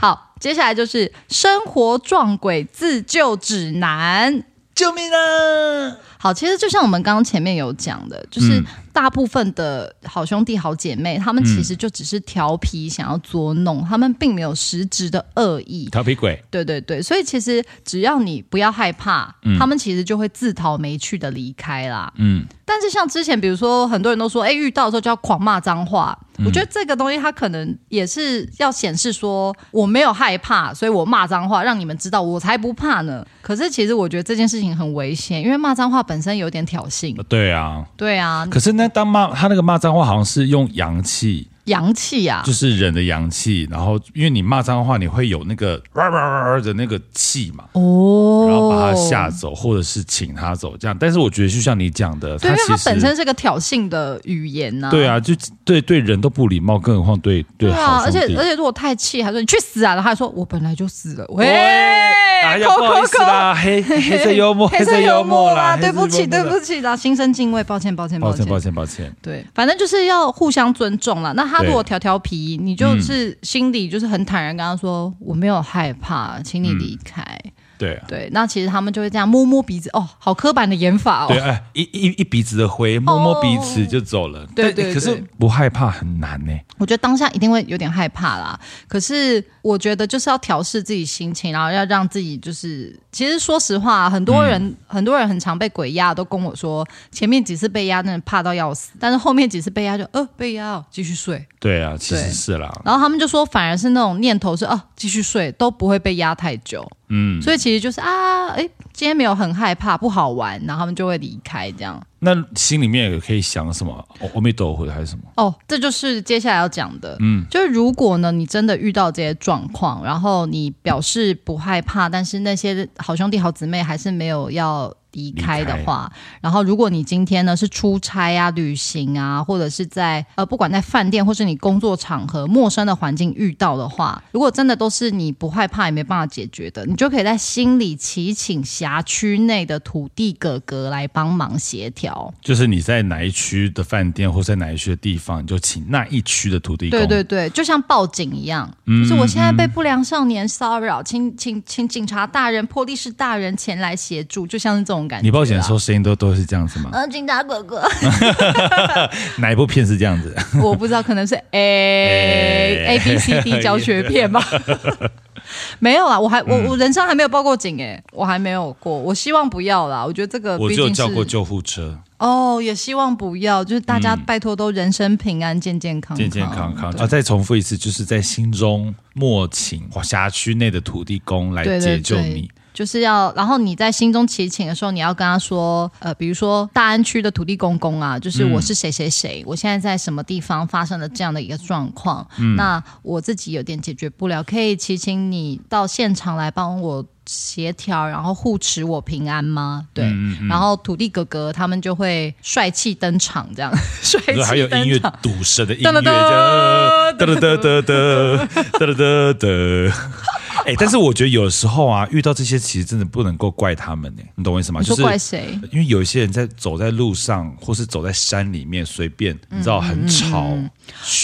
Speaker 2: 好，接下来就是生活撞鬼自救指南。
Speaker 1: 救命啊！
Speaker 2: 好，其实就像我们刚刚前面有讲的，就是
Speaker 3: 嗯
Speaker 2: 大部分的好兄弟、好姐妹，他们其
Speaker 1: 嗯
Speaker 2: 实就只是调皮，想要捉弄，他们并没有实质的恶意。
Speaker 3: 调皮鬼，
Speaker 2: 对对对，所以其实只要你不要害怕，他们其实就会自讨没趣的离开啦。
Speaker 3: 嗯，
Speaker 2: 但是像之前，比如说很多人都说，哎，遇到的时候就要狂骂脏话。
Speaker 3: 嗯
Speaker 2: 我觉得这个东西它可能也是要显示说我没有害怕，所以我骂脏话，让你们知道我才不怕呢。可是其实我觉得这件事情很危险，因为骂脏话本身有点挑衅。
Speaker 3: 对啊。
Speaker 2: 对啊，
Speaker 3: 可是那当骂他那个骂脏话，好像是用阳气，
Speaker 2: 阳气啊
Speaker 3: 就，是人的阳气，然后因为你骂脏话，你会有那个呃哇哇哇的那个气嘛，
Speaker 2: 哦
Speaker 3: 然后把他吓走，或者是请他走这样。但是我觉得就像你讲的，
Speaker 2: 对，因为
Speaker 3: 其
Speaker 2: 它
Speaker 3: 实
Speaker 2: 本身是个挑衅的语言呐、
Speaker 3: 对。啊，就对对人都不礼貌，更何况对对
Speaker 2: 对啊，
Speaker 3: 好
Speaker 2: 而
Speaker 3: 兄
Speaker 2: 且
Speaker 3: 弟
Speaker 2: 而。且如果太气，还说你去死啊，然后还说我本来就死了，喂，
Speaker 3: 喂哎
Speaker 2: 对，
Speaker 3: 呀，
Speaker 2: 抠
Speaker 3: 不好
Speaker 2: 抠
Speaker 3: 意思
Speaker 2: 抠。
Speaker 3: 啦，黑黑色幽默，
Speaker 2: 黑
Speaker 3: 黑
Speaker 2: 色
Speaker 3: 色
Speaker 2: 幽
Speaker 3: 幽
Speaker 2: 默
Speaker 3: 啦，
Speaker 2: 啦，对不起，对不
Speaker 3: 起，
Speaker 2: 起啦，心生敬畏，抱歉，抱歉，
Speaker 3: 抱
Speaker 2: 歉
Speaker 3: 歉，，抱歉，抱歉。
Speaker 2: 对，反正就是要互相尊重啦。那他如果
Speaker 3: 对
Speaker 2: 调调皮，你就是心里就是很坦然跟他说，我没有害怕，请你离开。
Speaker 3: 对啊，
Speaker 2: 对，那其实他们就会这样摸摸鼻子，哦，好刻板的演法
Speaker 3: 对，
Speaker 2: 哦。
Speaker 3: 哎，一一一鼻子的灰，摸摸彼此就走了。
Speaker 2: 对
Speaker 3: 但
Speaker 2: 对
Speaker 3: 可是
Speaker 2: 对
Speaker 3: 不害怕很难呢。
Speaker 2: 我觉得当下一定会有点害怕啦，可是我觉得就是要调试自己心情，然后要让自己就是，其实说实话，很多人、很多人很常被鬼压，都跟我说前面几次被压真的怕到要死，但是后面几次被压就呃被压哦，继续睡。
Speaker 3: 对啊，其
Speaker 2: 对
Speaker 3: 实是啦，
Speaker 2: 然后他们就说，反而是那种念头是哦，继续睡都不会被压太久，
Speaker 3: 嗯。
Speaker 2: 所以其实就是啊，哎，今天没有很害怕，不好玩，然后他们就会离开这样。
Speaker 3: 那心里面也可以想什么？哦，阿弥陀佛还是什么？
Speaker 2: 哦，这就是接下来要讲的，嗯，就是如果呢，你真的遇到这些状况，然后你表示不害怕，但是那些好兄弟好姊妹还是没有要离开的话，然后如果你今天呢是出差啊、旅行啊，或者是在呃不管在饭店或是你工作场合陌生的环境遇到的话，如果真的都是你不害怕也没办法解决的，你就可以在心里祈请辖区内的土地哥哥来帮忙协调。
Speaker 3: 就是你在哪一区的饭店，或在哪一区的地方，你就请那一区的土地公。
Speaker 2: 对对对，就像报警一样，
Speaker 3: 嗯
Speaker 2: 就是我现在被不良少年骚扰，请请请警察大人、破例士大人前来协助，就像是这种感觉啊。
Speaker 3: 你报警的时候声音都都是这样子吗？
Speaker 2: 啊
Speaker 4: 呃，警察哥哥，
Speaker 3: 哪一部片是这样子？
Speaker 2: 我不知道，可能是 A
Speaker 3: 哎
Speaker 2: A B C D 教学片 吧。没有啦，我还我
Speaker 3: 嗯
Speaker 2: 我人生还没有报过警哎、我还没有过，我希望不要啦。我觉得这个
Speaker 3: 我
Speaker 2: 毕
Speaker 3: 就
Speaker 2: 竟
Speaker 3: 叫过
Speaker 2: 是
Speaker 3: 救护车，
Speaker 2: 哦，也希望不要，就是大家拜托都人生平安、健健康康、
Speaker 3: 健健康康。啊，再重复一次，就是在心中默请辖区内的土地公来
Speaker 2: 对对
Speaker 3: 解救
Speaker 2: 对
Speaker 3: 你。
Speaker 2: 就是要，然后你在心中祈请的时候，你要跟他说，呃，比如说大安区的土地公公啊，就是
Speaker 3: 嗯
Speaker 2: 我是谁谁谁，我现在在什么地方发生了这样的一个状况，
Speaker 3: 嗯
Speaker 2: 那我自己有点解决不了，可以祈请你到现场来帮我协调，然后护持我平安吗？对，
Speaker 3: 嗯
Speaker 2: 然后土地哥哥他们就会帅气登场，这 样帅
Speaker 3: 然后还有
Speaker 2: 气
Speaker 3: 音
Speaker 2: 登
Speaker 3: 乐
Speaker 2: 场。
Speaker 3: 赌神的音
Speaker 2: 噔
Speaker 3: 乐，
Speaker 2: 噔
Speaker 3: 这
Speaker 2: 噔
Speaker 3: 样噔噔噔噔噔噔噔噔。 哎，但是我觉得有时候啊，遇到这些其实真的不能够怪他们呢，你懂我意思吗？
Speaker 2: 你
Speaker 3: 就
Speaker 2: 说
Speaker 3: 是
Speaker 2: 怪谁？
Speaker 3: 因为有一些人在走在路上，或是走在山里
Speaker 2: 嗯
Speaker 3: 面，随便你知道很吵，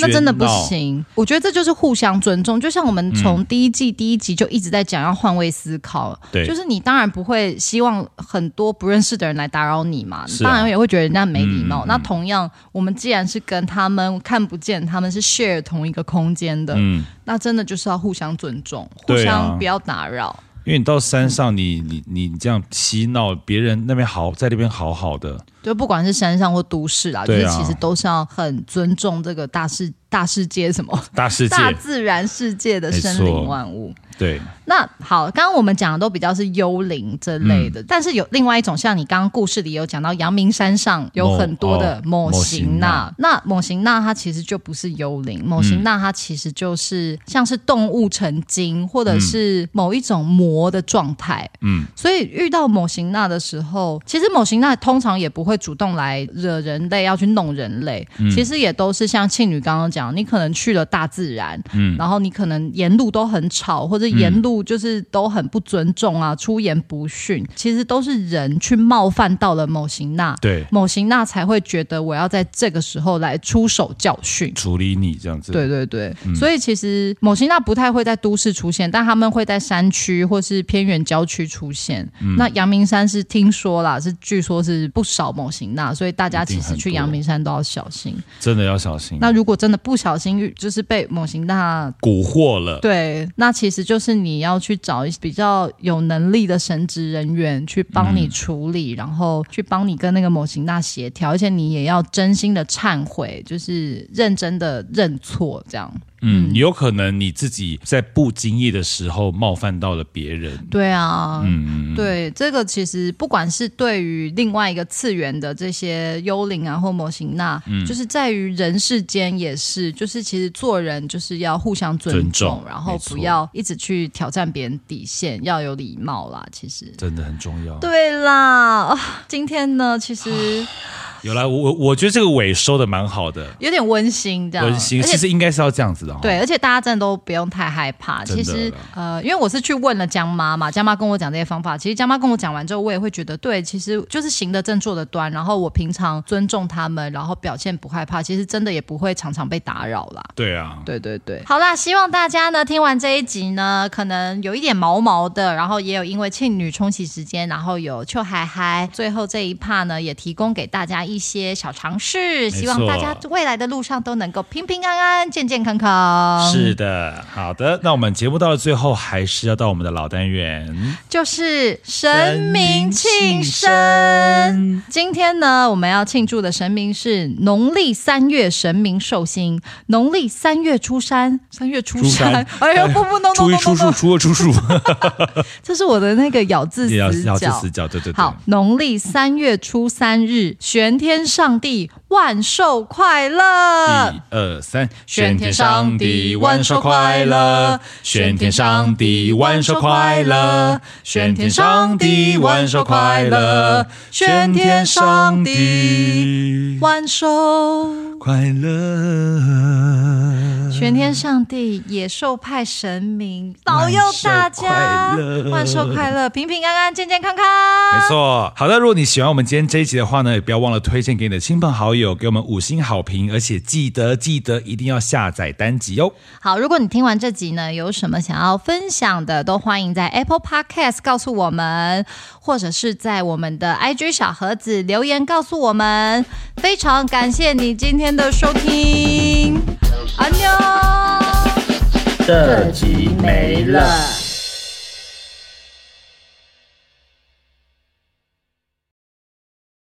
Speaker 2: 那真的
Speaker 3: 喧
Speaker 2: 不
Speaker 3: 闹。嗯
Speaker 2: 行。我觉得这就是互相尊重，就像我们从第一季第一集就一直在讲要换位思考，
Speaker 3: 对
Speaker 2: 就是你当然不会希望很多不认识的人来打扰你嘛，
Speaker 3: 是啊嗯
Speaker 2: 当然也会觉得人家没礼貌。那同样，我们既然是跟他们看不见，他们是 share 同一个空间的，
Speaker 3: 嗯，
Speaker 2: 那真的就是要互相尊重，互
Speaker 3: 对啊
Speaker 2: 相不要打扰。
Speaker 3: 因为你到山上你，你你你这样嬉闹，别人那边好，在那边好好的，
Speaker 2: 就不管是山上或都市啦，就
Speaker 3: 对
Speaker 2: 是
Speaker 3: 啊
Speaker 2: 其实都是要很尊重这个大世大世界什么
Speaker 3: 大世界
Speaker 2: 大自然世界的
Speaker 3: 没
Speaker 2: 生灵
Speaker 3: 错
Speaker 2: 万物。
Speaker 3: 对，
Speaker 2: 那好，刚刚我们讲的都比较是幽灵这类的，但是有另外一种，像你刚刚故事里有讲到，阳明山上有很多的
Speaker 3: 某
Speaker 2: 某
Speaker 3: 哦
Speaker 2: 型钠，那嗯某型钠它其实就不是幽灵，某型钠它其实就是像是动物成精或者是某一种魔的状态。
Speaker 3: 嗯，
Speaker 2: 所以遇到某型钠的时候，其实某型钠通常也不会主动来惹人类，要去弄人类。
Speaker 3: 嗯
Speaker 2: 其实也都是像庆女刚刚讲，你可能去了大自然，
Speaker 3: 嗯
Speaker 2: 然后你可能沿路都很吵，或者沿路就是都很不尊重啊，出言不逊，其实都是人去冒犯到了某型钠，
Speaker 3: 对，
Speaker 2: 某型钠才会觉得我要在这个时候来出手教训。
Speaker 3: 处理你这样子，
Speaker 2: 对对对，
Speaker 3: 嗯
Speaker 2: 所以其实某些那不太会在都市出现，但他们会在山区或是偏远郊区出现。
Speaker 3: 嗯
Speaker 2: 那阳明山是听说啦，是据说是不少某型那，所以大家
Speaker 3: 一定
Speaker 2: 其实
Speaker 3: 很
Speaker 2: 去
Speaker 3: 多嗯
Speaker 2: 阳明山都要小心。
Speaker 3: 真的要小心。
Speaker 2: 那如果真的不小心遇，就是被某型那。
Speaker 3: 蛊惑了，
Speaker 2: 对，那其实就是你要去找一些比较有能力的神职人员去帮
Speaker 3: 嗯
Speaker 2: 你处理，然后去帮你跟那个某型那协调，而且你也要真心的忏悔，就是认真的认错，这样。
Speaker 3: 嗯，有可能你自己在不经意的时候冒犯到了别人，
Speaker 2: 对啊，
Speaker 3: 嗯，
Speaker 2: 对，这个其实不管是对于另外一个次元的这些幽灵啊或模型那，
Speaker 3: 嗯
Speaker 2: 就是在于人世间也是，就是其实做人就是要互相尊
Speaker 3: 尊重
Speaker 2: 然后
Speaker 3: 没
Speaker 2: 不
Speaker 3: 错
Speaker 2: 要一直去挑战别人底线，要有礼貌啦。其实，
Speaker 3: 真的很重要。
Speaker 2: 对啦，啊今天呢，其实
Speaker 3: 有啦，我我我觉得这个尾收的蛮好的，
Speaker 2: 有点温馨这样。
Speaker 3: 温馨。
Speaker 2: 啊而且
Speaker 3: 其实应该是要这样子的、哦。
Speaker 2: 对，而且大家真的都不用太害怕。
Speaker 3: 真
Speaker 2: 其
Speaker 3: 的
Speaker 2: 实
Speaker 3: 啦，
Speaker 2: 呃，因为我是去问了江妈嘛，江妈跟我讲这些方法。其实江妈跟我讲完之后，我也会觉得，对，其实就是行得正，坐得端。然后我平常尊重他们，然后表现不害怕，其实真的也不会常常被打扰啦。
Speaker 3: 对啊，
Speaker 2: 对对对，好啦，希望大家呢听完这一集呢，可能有一点毛毛的，然后也有因为庆女冲洗时间，然后有秋海嗨，最后这一趴呢也提供给大家一些小尝试，
Speaker 3: 错
Speaker 2: 希望大家未来的路上都能够平平安安、健健康康。
Speaker 3: 是，的，好的。那我们节目到了最后，还是要到我们的老 单元。
Speaker 2: 就是神明庆
Speaker 3: 神
Speaker 2: 生。今天呢，我们要庆祝的神明是农历三月神明寿星，农历三月初三，三月初
Speaker 3: 初三
Speaker 2: 三，哎呦，不不 弄
Speaker 3: 初
Speaker 2: 弄
Speaker 3: 一、
Speaker 2: 弄
Speaker 3: 初
Speaker 2: 弄
Speaker 3: 数、
Speaker 2: 弄，
Speaker 3: 初二、初数，
Speaker 2: 这是我的那个咬字
Speaker 3: 也要
Speaker 2: 死
Speaker 3: 要去
Speaker 2: 角
Speaker 3: 死。角，对对对。
Speaker 2: 好，农历三月初三日，玄天上帝万寿快乐！
Speaker 3: 一二三，
Speaker 2: 玄天上帝万寿快乐玄天上帝万寿快乐玄天上帝万寿快乐玄天上帝万寿，
Speaker 3: 快乐，
Speaker 2: 玄天上帝、野兽派神明保佑大家
Speaker 3: 嗯万寿快，乐
Speaker 2: 万寿快乐，平平安安，健健康康。
Speaker 3: 没错。好的，如果你喜欢我们今天这一集的话呢，也不要忘了推荐给你的亲朋好友，给我们五星好评，而且记得记得一定要下载单集哟、哦。
Speaker 2: 好，如果你听完这集呢，有什么想要分享的，都欢迎在 Apple Podcast 告诉我们，或者是在我们的 IG 小盒子留言告诉我们。非常感谢你今天的收听，安妞。
Speaker 5: 这集没了。